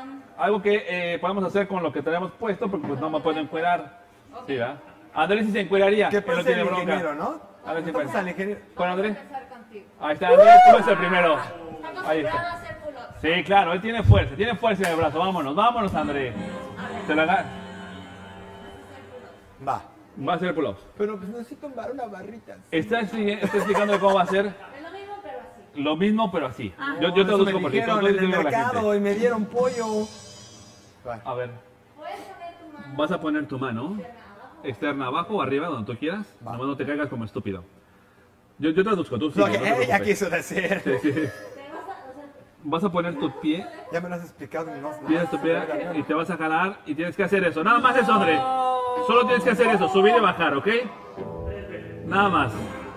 [SPEAKER 9] Am,
[SPEAKER 1] Algo que eh, podemos hacer con lo que tenemos puesto, porque pues no me puedo encuerar. Sí, ¿verdad? Andrés sí se encueraría.
[SPEAKER 2] ¿Qué
[SPEAKER 1] él no
[SPEAKER 2] pasa
[SPEAKER 1] tiene
[SPEAKER 2] el
[SPEAKER 1] bronca.
[SPEAKER 2] ingeniero, no?
[SPEAKER 1] A ver si
[SPEAKER 2] Entonces,
[SPEAKER 1] pasa.
[SPEAKER 2] al ingeniero.
[SPEAKER 1] ¿Con Andrés?
[SPEAKER 9] empezar contigo.
[SPEAKER 1] Ahí está, Andrés, tú eres el primero.
[SPEAKER 9] Está
[SPEAKER 1] Ahí
[SPEAKER 9] acostumbrado
[SPEAKER 1] está.
[SPEAKER 9] a hacer pull-ups.
[SPEAKER 1] Sí, claro, él tiene fuerza, tiene fuerza en el brazo. Vámonos, vámonos, Andrés. Te la ga-
[SPEAKER 2] Va.
[SPEAKER 1] Va a hacer pull-ups.
[SPEAKER 2] Pero pues necesito una barrita.
[SPEAKER 1] Está, expli- está explicando cómo va a ser
[SPEAKER 9] Es lo mismo, pero así.
[SPEAKER 1] lo mismo, pero así. Yo, yo
[SPEAKER 2] Ah, Eso
[SPEAKER 1] traduzco
[SPEAKER 2] me
[SPEAKER 1] porque
[SPEAKER 2] dijeron
[SPEAKER 1] todo
[SPEAKER 2] en el
[SPEAKER 1] digo a la
[SPEAKER 2] mercado
[SPEAKER 1] gente.
[SPEAKER 2] y me dieron pollo. Va.
[SPEAKER 1] A ver,
[SPEAKER 9] Puedes poner tu mano
[SPEAKER 1] vas a poner tu mano externa abajo o arriba, donde tú quieras.
[SPEAKER 2] Va.
[SPEAKER 1] Nomás no te caigas como estúpido. Yo, yo traduzco, tú sí,
[SPEAKER 2] Lo
[SPEAKER 1] no
[SPEAKER 2] que
[SPEAKER 1] te
[SPEAKER 2] ella
[SPEAKER 1] preocupes.
[SPEAKER 2] quiso decir.
[SPEAKER 1] Sí, sí. Vas a poner tu pie,
[SPEAKER 2] Ya me lo has explicado. No, no.
[SPEAKER 1] tienes tu pie y te vas a jalar y tienes que hacer eso. Nada más eso, André. Solo tienes que hacer eso, subir y bajar, ¿ok? Nada más.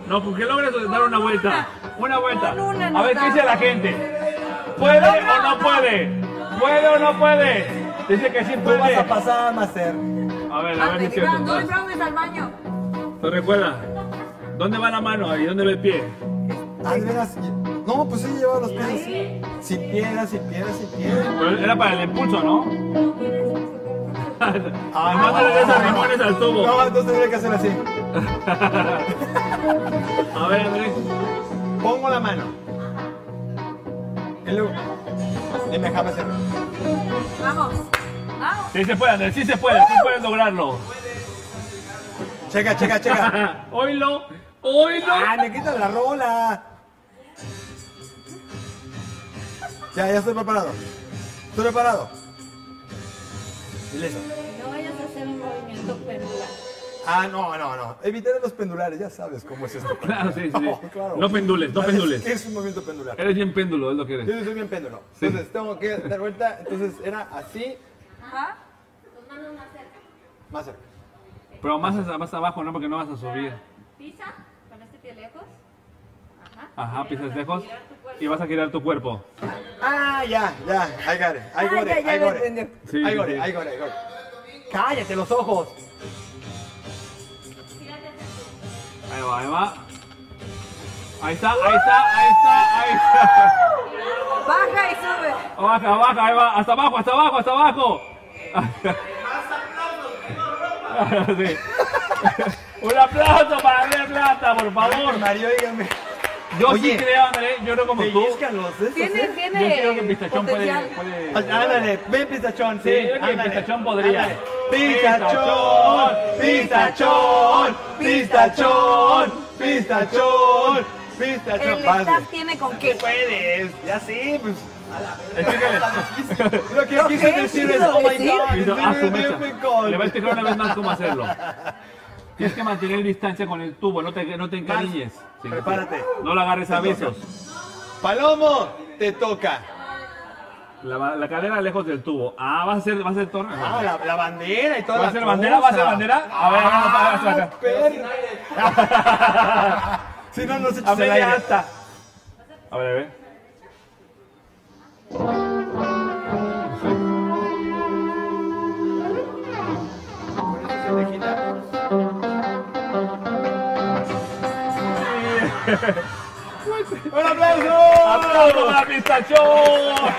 [SPEAKER 1] No, con que logres dar una vuelta. Una vuelta.
[SPEAKER 5] Con una
[SPEAKER 1] A
[SPEAKER 5] nos
[SPEAKER 1] ver qué
[SPEAKER 5] da.
[SPEAKER 1] dice la gente. ¿Puede o no puede? ¿Puede o no puede? Dice que sí
[SPEAKER 2] Tú vas
[SPEAKER 1] puede.
[SPEAKER 2] a pasar, Master.
[SPEAKER 1] A ver, a ver,
[SPEAKER 5] Ande,
[SPEAKER 1] es
[SPEAKER 5] Iván,
[SPEAKER 1] cierto.
[SPEAKER 5] no le brownies al baño.
[SPEAKER 1] Pero recuerda, ¿dónde va la mano y dónde va el pie?
[SPEAKER 2] Ah, de veras. No, pues sí, llevaba los pies. Sin piedra, sin piedra, sin piedra.
[SPEAKER 1] Pero era para el impulso, ¿no?
[SPEAKER 2] Ah,
[SPEAKER 1] no le des a Ramones al tubo.
[SPEAKER 2] No, entonces tendría que hacer así.
[SPEAKER 1] A ver, Andrés.
[SPEAKER 2] Pongo la mano. Y luego. Y me dejaba hacer.
[SPEAKER 5] Vamos. Vamos.
[SPEAKER 1] Sí se puede, Andrés, sí se puede, sí puedes lograrlo.
[SPEAKER 2] Checa, checa, checa.
[SPEAKER 1] Oilo, oilo.
[SPEAKER 2] ¡Ah, me quitan la rola! Ya, ya estoy preparado. Estoy preparado. Y listo.
[SPEAKER 9] No vayas a hacer un movimiento pendular.
[SPEAKER 2] Ah, no, no, no. Evitar los pendulares, ya sabes cómo es esto.
[SPEAKER 1] Claro, sí, sí, sí.
[SPEAKER 2] No, claro.
[SPEAKER 1] No pendules, no
[SPEAKER 2] Es-
[SPEAKER 1] pendules.
[SPEAKER 2] Es un movimiento pendular.
[SPEAKER 1] Eres bien péndulo, es lo que eres.
[SPEAKER 2] Yo soy bien péndulo.
[SPEAKER 1] Sí.
[SPEAKER 2] Entonces tengo que dar vuelta. Entonces era así,
[SPEAKER 5] Ajá.
[SPEAKER 9] Tus manos más cerca.
[SPEAKER 2] más cerca.
[SPEAKER 1] Pero más, hacia- más abajo, ¿no? Porque no vas a subir.
[SPEAKER 9] Pisa con este pie lejos. Ajá.
[SPEAKER 1] Ajá,
[SPEAKER 9] Y le vas
[SPEAKER 1] pisas
[SPEAKER 9] a
[SPEAKER 1] lejos
[SPEAKER 9] girar tu cuerpo.
[SPEAKER 1] y vas a girar tu cuerpo.
[SPEAKER 2] Ah, ya, ya. I got it. I
[SPEAKER 5] Ah,
[SPEAKER 2] got
[SPEAKER 5] ya,
[SPEAKER 2] it.
[SPEAKER 5] ya
[SPEAKER 2] I
[SPEAKER 5] lo
[SPEAKER 2] got
[SPEAKER 5] entendió.
[SPEAKER 2] it.
[SPEAKER 1] Sí,
[SPEAKER 2] I got
[SPEAKER 1] sí,
[SPEAKER 2] it.
[SPEAKER 1] sí.
[SPEAKER 2] I got it. I got it. Cállate los ojos.
[SPEAKER 1] Ahí va, ahí va. Ahí está, ahí está, ahí está, ahí está.
[SPEAKER 5] Baja y sube.
[SPEAKER 1] Baja, baja, ahí va. Hasta abajo, hasta abajo, hasta abajo. Sí. Un aplauso para Andrés Plata, por favor.
[SPEAKER 2] Mario, dígame.
[SPEAKER 1] Yo sí
[SPEAKER 2] Oye.
[SPEAKER 1] creo, André, yo no como tú.
[SPEAKER 2] Pellizcanlos, estos,
[SPEAKER 5] Tiene,
[SPEAKER 2] ¿eh?
[SPEAKER 1] Yo creo que
[SPEAKER 5] tiene
[SPEAKER 1] Pistachón puede,
[SPEAKER 5] potencial.
[SPEAKER 1] puede-
[SPEAKER 2] Al- Ándale, ven pistachón, sí.
[SPEAKER 1] Sí, yo creo que
[SPEAKER 2] ándale,
[SPEAKER 1] pistachón podría.
[SPEAKER 2] ándale. Pistachón, pistachón, pistachón, pistachón, pistachón.
[SPEAKER 5] El
[SPEAKER 2] Vas,
[SPEAKER 5] staff tiene con qué.
[SPEAKER 2] Puedes, ya sí, pues.
[SPEAKER 1] Explícale.
[SPEAKER 2] Lo que
[SPEAKER 5] Lo
[SPEAKER 2] quise
[SPEAKER 5] que
[SPEAKER 2] decir
[SPEAKER 5] he
[SPEAKER 2] es, oh my
[SPEAKER 5] querido
[SPEAKER 1] Y no, a su mesa.
[SPEAKER 2] god,
[SPEAKER 1] Le
[SPEAKER 2] es
[SPEAKER 1] voy a
[SPEAKER 2] muy
[SPEAKER 1] explicar una vez más cómo hacerlo. Tienes que mantener distancia con el tubo, no te, no te encariñes. Sí,
[SPEAKER 2] Prepárate.
[SPEAKER 1] sí. No la agarres a besos.
[SPEAKER 2] Palomo, te toca.
[SPEAKER 1] La, la cadera lejos del tubo. Ah, vas a hacer, vas a hacer torre.
[SPEAKER 2] Ah, la, la bandera y toda
[SPEAKER 1] ¿Va
[SPEAKER 2] la
[SPEAKER 1] a ser bandera? ¿Va a ser bandera? A ver, vamos a ver, vamos a ver.
[SPEAKER 2] Si no, no se
[SPEAKER 1] A
[SPEAKER 2] eches el
[SPEAKER 1] media
[SPEAKER 2] aire.
[SPEAKER 1] alta. A ver, a ver.
[SPEAKER 2] ¡Un aplauso!
[SPEAKER 1] ¡Aplauso para Pistachón!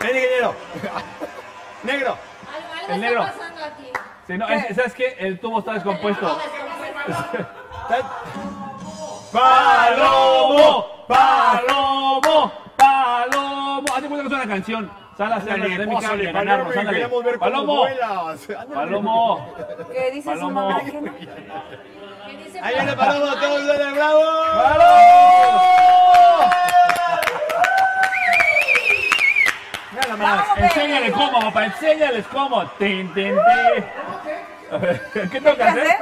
[SPEAKER 2] Ven, ingeniero. Negro.
[SPEAKER 9] Algo, algo
[SPEAKER 1] El
[SPEAKER 9] está
[SPEAKER 1] negro.
[SPEAKER 9] pasando aquí.
[SPEAKER 1] Sí, no, es- ¿Sabes qué? El tubo está descompuesto.
[SPEAKER 2] ¡Palomo!
[SPEAKER 1] ¡Palomo! canción. Sal a hacer la
[SPEAKER 2] Ándale,
[SPEAKER 1] dinámica
[SPEAKER 2] pásale,
[SPEAKER 1] de ganarnos.
[SPEAKER 2] Paloma,
[SPEAKER 1] Ándale.
[SPEAKER 2] queremos ver cómo
[SPEAKER 1] Palomo.
[SPEAKER 2] vuelas. Ándale.
[SPEAKER 1] Palomo.
[SPEAKER 5] Que dice su
[SPEAKER 1] Palomo.
[SPEAKER 5] mamá que no.
[SPEAKER 9] ¿Qué dice
[SPEAKER 2] Ahí
[SPEAKER 9] Pablo?
[SPEAKER 2] viene Palomo, todos dale, bravo.
[SPEAKER 1] ¡Palomo!
[SPEAKER 2] Nada más.
[SPEAKER 5] ¡Vamos,
[SPEAKER 1] Enséñales
[SPEAKER 5] Pedro!
[SPEAKER 1] cómo, papá. Enséñales cómo. Tin, tin, tin. A ver, ¿Qué tengo que hacer?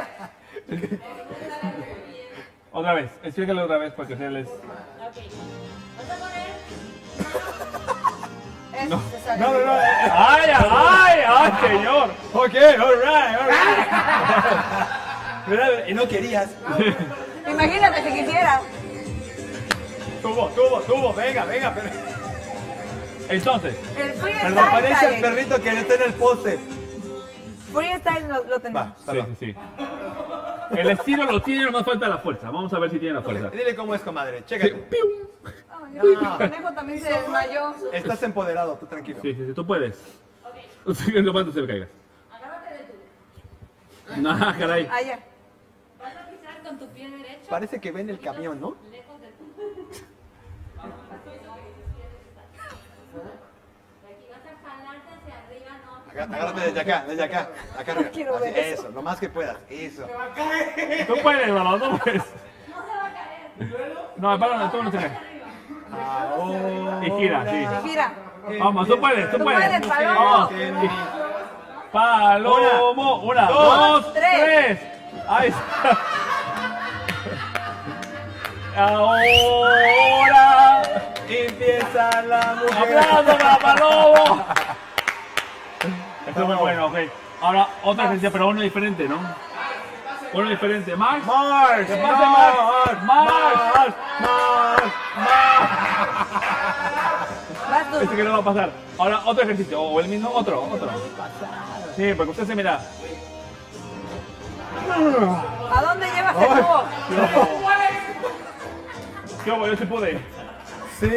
[SPEAKER 1] Otra vez. Explícale otra vez para que se les...
[SPEAKER 9] Ok. Vas a poner
[SPEAKER 5] Eso se sale.
[SPEAKER 2] No, no, no.
[SPEAKER 1] ¡Ay, ay, ay, señor!
[SPEAKER 2] Ok, alright, alright. Mira, Y no querías.
[SPEAKER 5] Imagínate que quisiera.
[SPEAKER 2] Tuvo, tuvo, tuvo. Venga, venga. pero-
[SPEAKER 1] Entonces,
[SPEAKER 5] El freestyle.
[SPEAKER 2] Perdón, parece al
[SPEAKER 5] sale.
[SPEAKER 2] perrito que está en el poste.
[SPEAKER 5] Freestyle lo, lo tenemos.
[SPEAKER 2] Va, va,
[SPEAKER 1] sí,
[SPEAKER 2] va.
[SPEAKER 1] sí, sí. El estilo lo tiene, nomás falta la fuerza. Vamos a ver si tiene la fuerza.
[SPEAKER 2] Dile cómo es, comadre. Chécate.
[SPEAKER 5] Ay, no, Ah, el conejo también se desmayó.
[SPEAKER 2] Estás empoderado, tú tranquilo.
[SPEAKER 1] Sí, sí, sí, tú puedes. Sí, Lo más no se me caigas. No, caray.
[SPEAKER 5] Allá.
[SPEAKER 9] Vas a pisar con tu pie derecho.
[SPEAKER 2] Parece que ven el camión, ¿no?
[SPEAKER 9] Lejos de tu. Aquí vas a jalarte hacia arriba, no.
[SPEAKER 2] Agá- Agárrate desde acá, desde acá. Acá arriba.
[SPEAKER 5] quiero
[SPEAKER 2] Así,
[SPEAKER 5] ver eso.
[SPEAKER 2] Eso, lo más que puedas. Eso.
[SPEAKER 1] Tú puedes, Lolo, tú puedes.
[SPEAKER 9] No se va a caer.
[SPEAKER 1] No, para, tú no te caes. Y gira, sí.
[SPEAKER 5] Gira.
[SPEAKER 1] Vamos, tú puedes, tú
[SPEAKER 5] Tú
[SPEAKER 1] puedes.
[SPEAKER 5] puedes, Paloma.
[SPEAKER 1] Vamos. Sí. Palomo. Una,
[SPEAKER 2] dos,
[SPEAKER 1] dos,
[SPEAKER 5] tres.
[SPEAKER 1] tres. Ahí está. Ahora.
[SPEAKER 2] Empieza la mujer.
[SPEAKER 1] ¡Aplauso para Palomo! Esto es muy bueno, ok. Ahora, otra esencia, pero uno diferente, ¿no? Uno diferente. ¿Max?
[SPEAKER 2] Mars,
[SPEAKER 1] ¿Qué pasa,
[SPEAKER 2] Mars,
[SPEAKER 1] Max?
[SPEAKER 2] Mars,
[SPEAKER 1] Max.
[SPEAKER 2] Mars, Mars.
[SPEAKER 5] Vas tú.
[SPEAKER 1] Este que no va a pasar. Ahora, otro ejercicio. O el mismo, otro, otro. Sí, porque usted se mira.
[SPEAKER 5] ¿A dónde llevas el tubo?
[SPEAKER 1] Yo, yo sí pude.
[SPEAKER 2] Sí.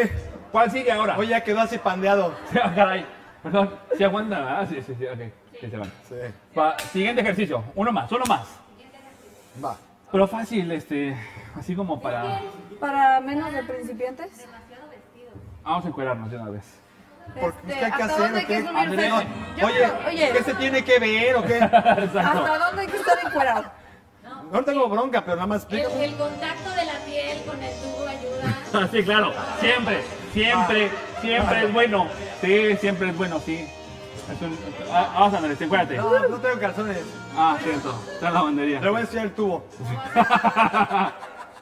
[SPEAKER 1] ¿Cuál sigue ahora?
[SPEAKER 2] Oye, ya quedó así pandeado.
[SPEAKER 1] Ah, Caray. Perdón. ¿Se aguanta, ¿verdad? Sí, sí, sí. Ok. Sí, se van.
[SPEAKER 7] Sí.
[SPEAKER 1] Va, siguiente ejercicio. Uno más, uno más.
[SPEAKER 7] Va.
[SPEAKER 1] Pero fácil, este. Así como para.
[SPEAKER 5] Para menos de principiantes.
[SPEAKER 1] Vamos a encuerarnos de una vez.
[SPEAKER 2] Porque pues,
[SPEAKER 5] Este,
[SPEAKER 2] ¿qué hay que
[SPEAKER 5] ¿Hasta
[SPEAKER 2] hacer,
[SPEAKER 5] dónde
[SPEAKER 2] o
[SPEAKER 5] hay
[SPEAKER 2] qué?
[SPEAKER 5] que subirse?
[SPEAKER 1] Andrea,
[SPEAKER 5] Yo
[SPEAKER 2] Oye,
[SPEAKER 5] creo- oye,
[SPEAKER 2] ¿qué se tiene que ver o qué?
[SPEAKER 1] Exacto.
[SPEAKER 5] ¿hasta dónde hay que estar encuerado?
[SPEAKER 2] No tengo bronca, pero nada más
[SPEAKER 9] El,
[SPEAKER 2] explica.
[SPEAKER 9] el contacto de la piel con el tubo ayuda.
[SPEAKER 1] Ah, Sí, claro, siempre, siempre, siempre es bueno. Ah. Sí, siempre es bueno, sí. Es un- ah, Vamos, Andrés, encuérdate.
[SPEAKER 2] No, no tengo calzones.
[SPEAKER 1] Ah, cierto, está en la bandería.
[SPEAKER 2] Le voy a enseñar el tubo.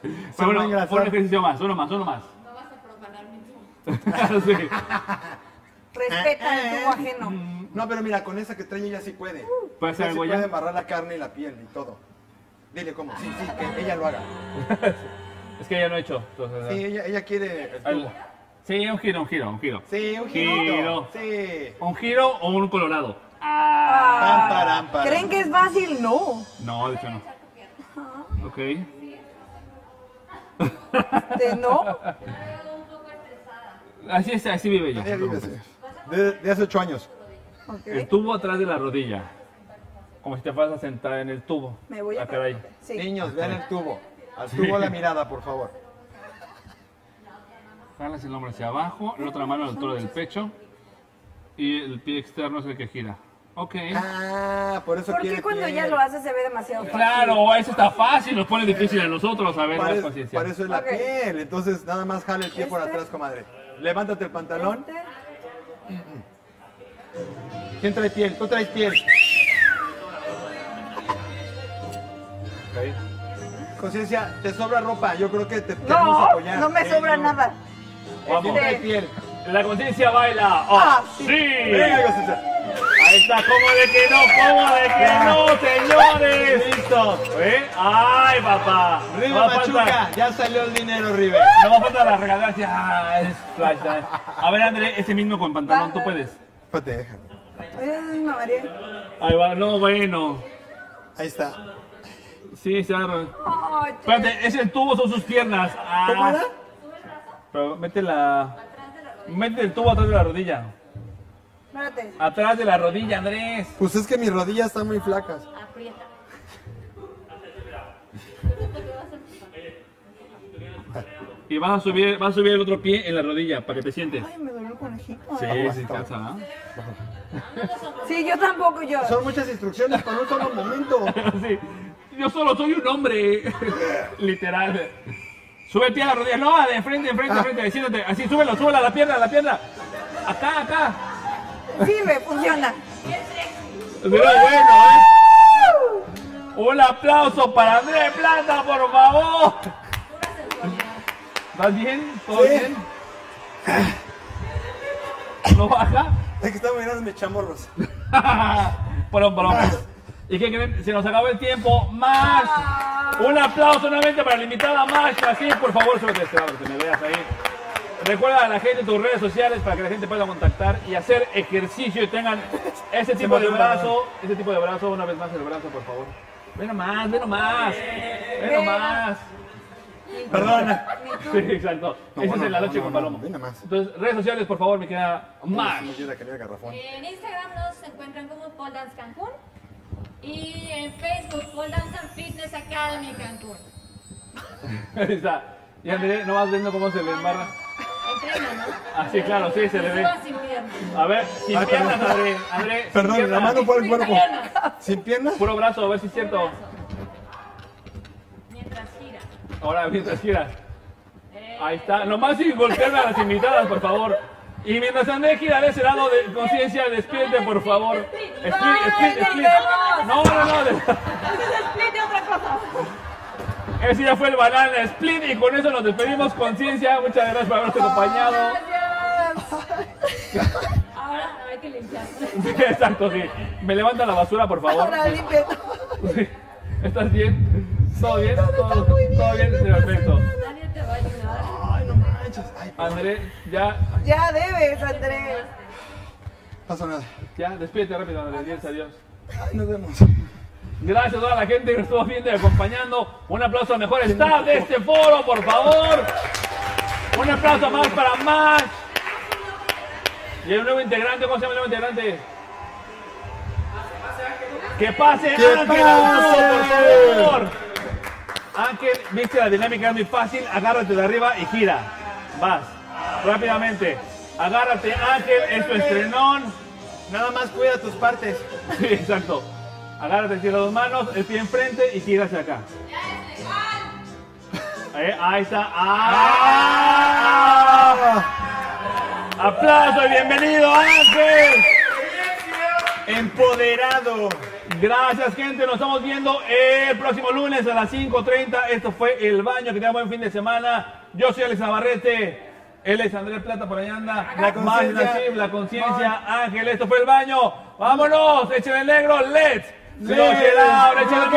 [SPEAKER 1] Pero bueno,
[SPEAKER 2] muy gracioso.
[SPEAKER 1] un ejercicio más, uno más, uno más.
[SPEAKER 9] No vas a profanar mi tubo.
[SPEAKER 1] Sí.
[SPEAKER 5] Respeta el tubo ajeno.
[SPEAKER 2] No, pero mira, con esa que trae ella sí puede.
[SPEAKER 1] ¿Puede hacer
[SPEAKER 2] Ella sí
[SPEAKER 1] algo ya?
[SPEAKER 2] puede embarrar la carne y la piel y todo. Dile cómo. Sí, sí, que ella lo haga.
[SPEAKER 1] Es que ya lo he hecho. entonces,
[SPEAKER 2] Sí, ella, ella quiere el
[SPEAKER 1] al-
[SPEAKER 2] tubo.
[SPEAKER 1] Sí, un giro, un giro, un giro.
[SPEAKER 2] Sí, un giro.
[SPEAKER 1] Giro.
[SPEAKER 2] Sí.
[SPEAKER 1] ¿Un giro o un colorado?
[SPEAKER 2] Pam, param, param.
[SPEAKER 5] Ah, ¿Creen que es fácil? No.
[SPEAKER 1] No, de hecho no. Ok.
[SPEAKER 5] Este, no.
[SPEAKER 1] Así es, así vive yo.
[SPEAKER 7] Ya vives, eh.
[SPEAKER 2] De, de hace ocho años.
[SPEAKER 1] El
[SPEAKER 5] Ok.
[SPEAKER 1] tubo atrás de la rodilla. Como si te fueras a sentar en el tubo.
[SPEAKER 5] Me voy a
[SPEAKER 1] Ah, caray.
[SPEAKER 5] Sí.
[SPEAKER 2] Niños, vean el tubo. Al tubo la mirada, por favor.
[SPEAKER 1] Jalas el hombro hacia abajo, la otra mano a la altura del pecho y el pie externo es el que gira. Ok.
[SPEAKER 2] Ah, por eso quiere
[SPEAKER 5] Porque cuando
[SPEAKER 2] piel.
[SPEAKER 5] ya lo haces se ve demasiado fácil.
[SPEAKER 1] Claro, eso está fácil, nos pone difícil a nosotros, a ver,
[SPEAKER 2] Para,
[SPEAKER 1] la
[SPEAKER 2] es-
[SPEAKER 1] conciencia.
[SPEAKER 2] para eso es la
[SPEAKER 5] Ok.
[SPEAKER 2] piel. Entonces, nada más jale el pie por
[SPEAKER 5] Este.
[SPEAKER 2] atrás, comadre. Levántate el pantalón.
[SPEAKER 5] Este,
[SPEAKER 2] ¿Quién trae piel? Tú traes piel.
[SPEAKER 1] Ok.
[SPEAKER 2] Conciencia, te sobra ropa. Yo creo que te, te vamos a
[SPEAKER 5] No,
[SPEAKER 2] apoyar.
[SPEAKER 5] no me
[SPEAKER 2] Sí,
[SPEAKER 5] sobra
[SPEAKER 2] no.
[SPEAKER 5] nada.
[SPEAKER 1] Vamos.
[SPEAKER 2] ¿Quién trae
[SPEAKER 5] Este,
[SPEAKER 2] piel?
[SPEAKER 1] La conciencia baila.
[SPEAKER 5] Ah,
[SPEAKER 1] ¡Ah,
[SPEAKER 5] sí.
[SPEAKER 1] sí!
[SPEAKER 2] Venga, conciencia.
[SPEAKER 1] Ahí está, ¿cómo de que no? ¿Cómo de que no, señores?
[SPEAKER 2] Listo.
[SPEAKER 1] ¿Eh? ¡Ay, papá!
[SPEAKER 2] Riva
[SPEAKER 1] No va a
[SPEAKER 2] Machuca,
[SPEAKER 1] faltar-
[SPEAKER 2] ya salió el dinero, River.
[SPEAKER 1] No va a faltar la regalada. Ah, es flash dance. A ver, André, ese mismo con pantalón, tú puedes.
[SPEAKER 7] Espérate, déjame.
[SPEAKER 5] ay, María.
[SPEAKER 1] Ahí va, no, bueno.
[SPEAKER 7] Ahí está.
[SPEAKER 1] Sí, se agarra.
[SPEAKER 5] Ay,
[SPEAKER 1] Espérate, es el tubo, son sus piernas. Ah.
[SPEAKER 2] ¿Cómo era?
[SPEAKER 1] Pero mete la. Mete el tubo atrás de la rodilla.
[SPEAKER 5] espérate.
[SPEAKER 1] Atrás de la rodilla, Andrés.
[SPEAKER 7] Pues es que mis rodillas están muy flacas.
[SPEAKER 9] Aprieta.
[SPEAKER 1] Y vas a subir, vas a subir el otro pie en la rodilla para que te sientes.
[SPEAKER 5] Ay, me dolió. conejito.
[SPEAKER 1] Sí, sí, cansa, ¿ah? ¿no?
[SPEAKER 5] Sí, yo tampoco yo.
[SPEAKER 7] Son muchas instrucciones para un solo momento.
[SPEAKER 1] Sí. Yo solo soy un hombre. Literal. Súbete a la rodilla. No, ah, de frente, de frente, de frente. Siéntate. Así, súbelo, súbela a la pierna, a la pierna. Acá, acá.
[SPEAKER 5] Sí, me funciona.
[SPEAKER 1] Pero bueno, ¿eh? Un aplauso para Andrés Plata, por favor. ¿Estás bien? ¿Todo bien? ¿No baja?
[SPEAKER 2] Es que están muy grandes mis chamorros.
[SPEAKER 1] Perdón, perdón. ¿Y qué creen? Se nos acabó el tiempo. Más. Un aplauso nuevamente para la invitada Mash. Así, por favor, súbete a este lado, que me veas ahí. Recuerda a la gente tus redes sociales para que la gente pueda contactar y hacer ejercicio y tengan ese tipo de brazo, ese tipo de brazo, una vez más el brazo, por favor. Ve nomás, ve nomás, ve nomás.
[SPEAKER 2] Perdona.
[SPEAKER 1] Sí, exacto.
[SPEAKER 7] No,
[SPEAKER 1] Ese
[SPEAKER 7] bueno,
[SPEAKER 1] es la
[SPEAKER 7] no,
[SPEAKER 1] noche
[SPEAKER 7] no,
[SPEAKER 1] con
[SPEAKER 7] no,
[SPEAKER 1] Palomo.
[SPEAKER 7] ve nomás.
[SPEAKER 1] Entonces, redes sociales, por favor, me queda Mash.
[SPEAKER 7] Me ayuda a querer el garrafón.
[SPEAKER 9] En Instagram nos encuentran como Pole Dance Cancún y en Facebook Pole Dance and Fitness Academy Cancún.
[SPEAKER 1] Ahí está. Y André, no vas viendo cómo se le embarra.
[SPEAKER 9] Entrena, ¿no?
[SPEAKER 1] Ah, sí, claro, sí, se le ve.
[SPEAKER 9] Sigo sin piernas.
[SPEAKER 1] A ver, sin
[SPEAKER 7] Ay, Ah, perdón.
[SPEAKER 1] piernas, André. André, sin
[SPEAKER 7] Perdón, la
[SPEAKER 1] piernas.
[SPEAKER 7] mano por el cuerpo.
[SPEAKER 9] Piernas.
[SPEAKER 7] ¿Sin piernas?
[SPEAKER 1] Puro brazo, a ver si es cierto.
[SPEAKER 9] Mientras gira. Eh,
[SPEAKER 1] Ahora, mientras giras. Ahí está. Nomás sin golpearme a las invitadas, por favor. Y mientras André gira de ese lado de conciencia, despídete, por favor. Split, split, split. No, no, no. Ese ya fue el banana split y con eso nos despedimos. Conciencia, muchas gracias por habernos acompañado.
[SPEAKER 9] Ahora hay que limpiar.
[SPEAKER 1] Sí, exacto, sí. Me levanta la basura, por favor.
[SPEAKER 5] Ahora limpia.
[SPEAKER 1] Sí. ¿Estás bien? ¿Todo bien? ¿Todo, todo bien? Perfecto.
[SPEAKER 9] Nadie te va a ayudar.
[SPEAKER 7] Ay, no manches. Ay,
[SPEAKER 1] André, ya,
[SPEAKER 5] Ya debes, Andrés.
[SPEAKER 7] pasó nada.
[SPEAKER 1] ya, despídete rápido, André. Dios, adiós.
[SPEAKER 7] Ay, nos vemos.
[SPEAKER 1] Gracias a toda la gente que nos estuvo viendo y acompañando. Un aplauso al mejor staff de este foro, por favor. Un aplauso más para más. Y hay un nuevo integrante, ¿cómo se llama el nuevo integrante? Que pase
[SPEAKER 7] ¡Que
[SPEAKER 1] Ángel
[SPEAKER 7] pase!
[SPEAKER 1] Arturo, por favor. Ángel, viste la dinámica es muy fácil, agárrate de arriba y gira. Vas, rápidamente. Agárrate Ángel, es tu estrenón.
[SPEAKER 2] Nada más cuida tus partes.
[SPEAKER 1] Sí, exacto. Agárrate entre las dos manos, el pie enfrente y gira hacia acá. Eh, ahí está. ¡Ah! ¡Aplauso y bienvenido, Ángel!
[SPEAKER 2] Empoderado.
[SPEAKER 1] Gracias, gente. Nos estamos viendo el próximo lunes a las 5.30. Esto fue El Baño. Que tengan buen fin de semana. Yo soy Alex Navarrete. Él es Andrés Plata por allá anda.
[SPEAKER 2] La
[SPEAKER 1] Más
[SPEAKER 2] conciencia.
[SPEAKER 1] Nasib, la conciencia. Ángel, esto fue El Baño. Vámonos. Échale el negro. Let's. Let's. Échale el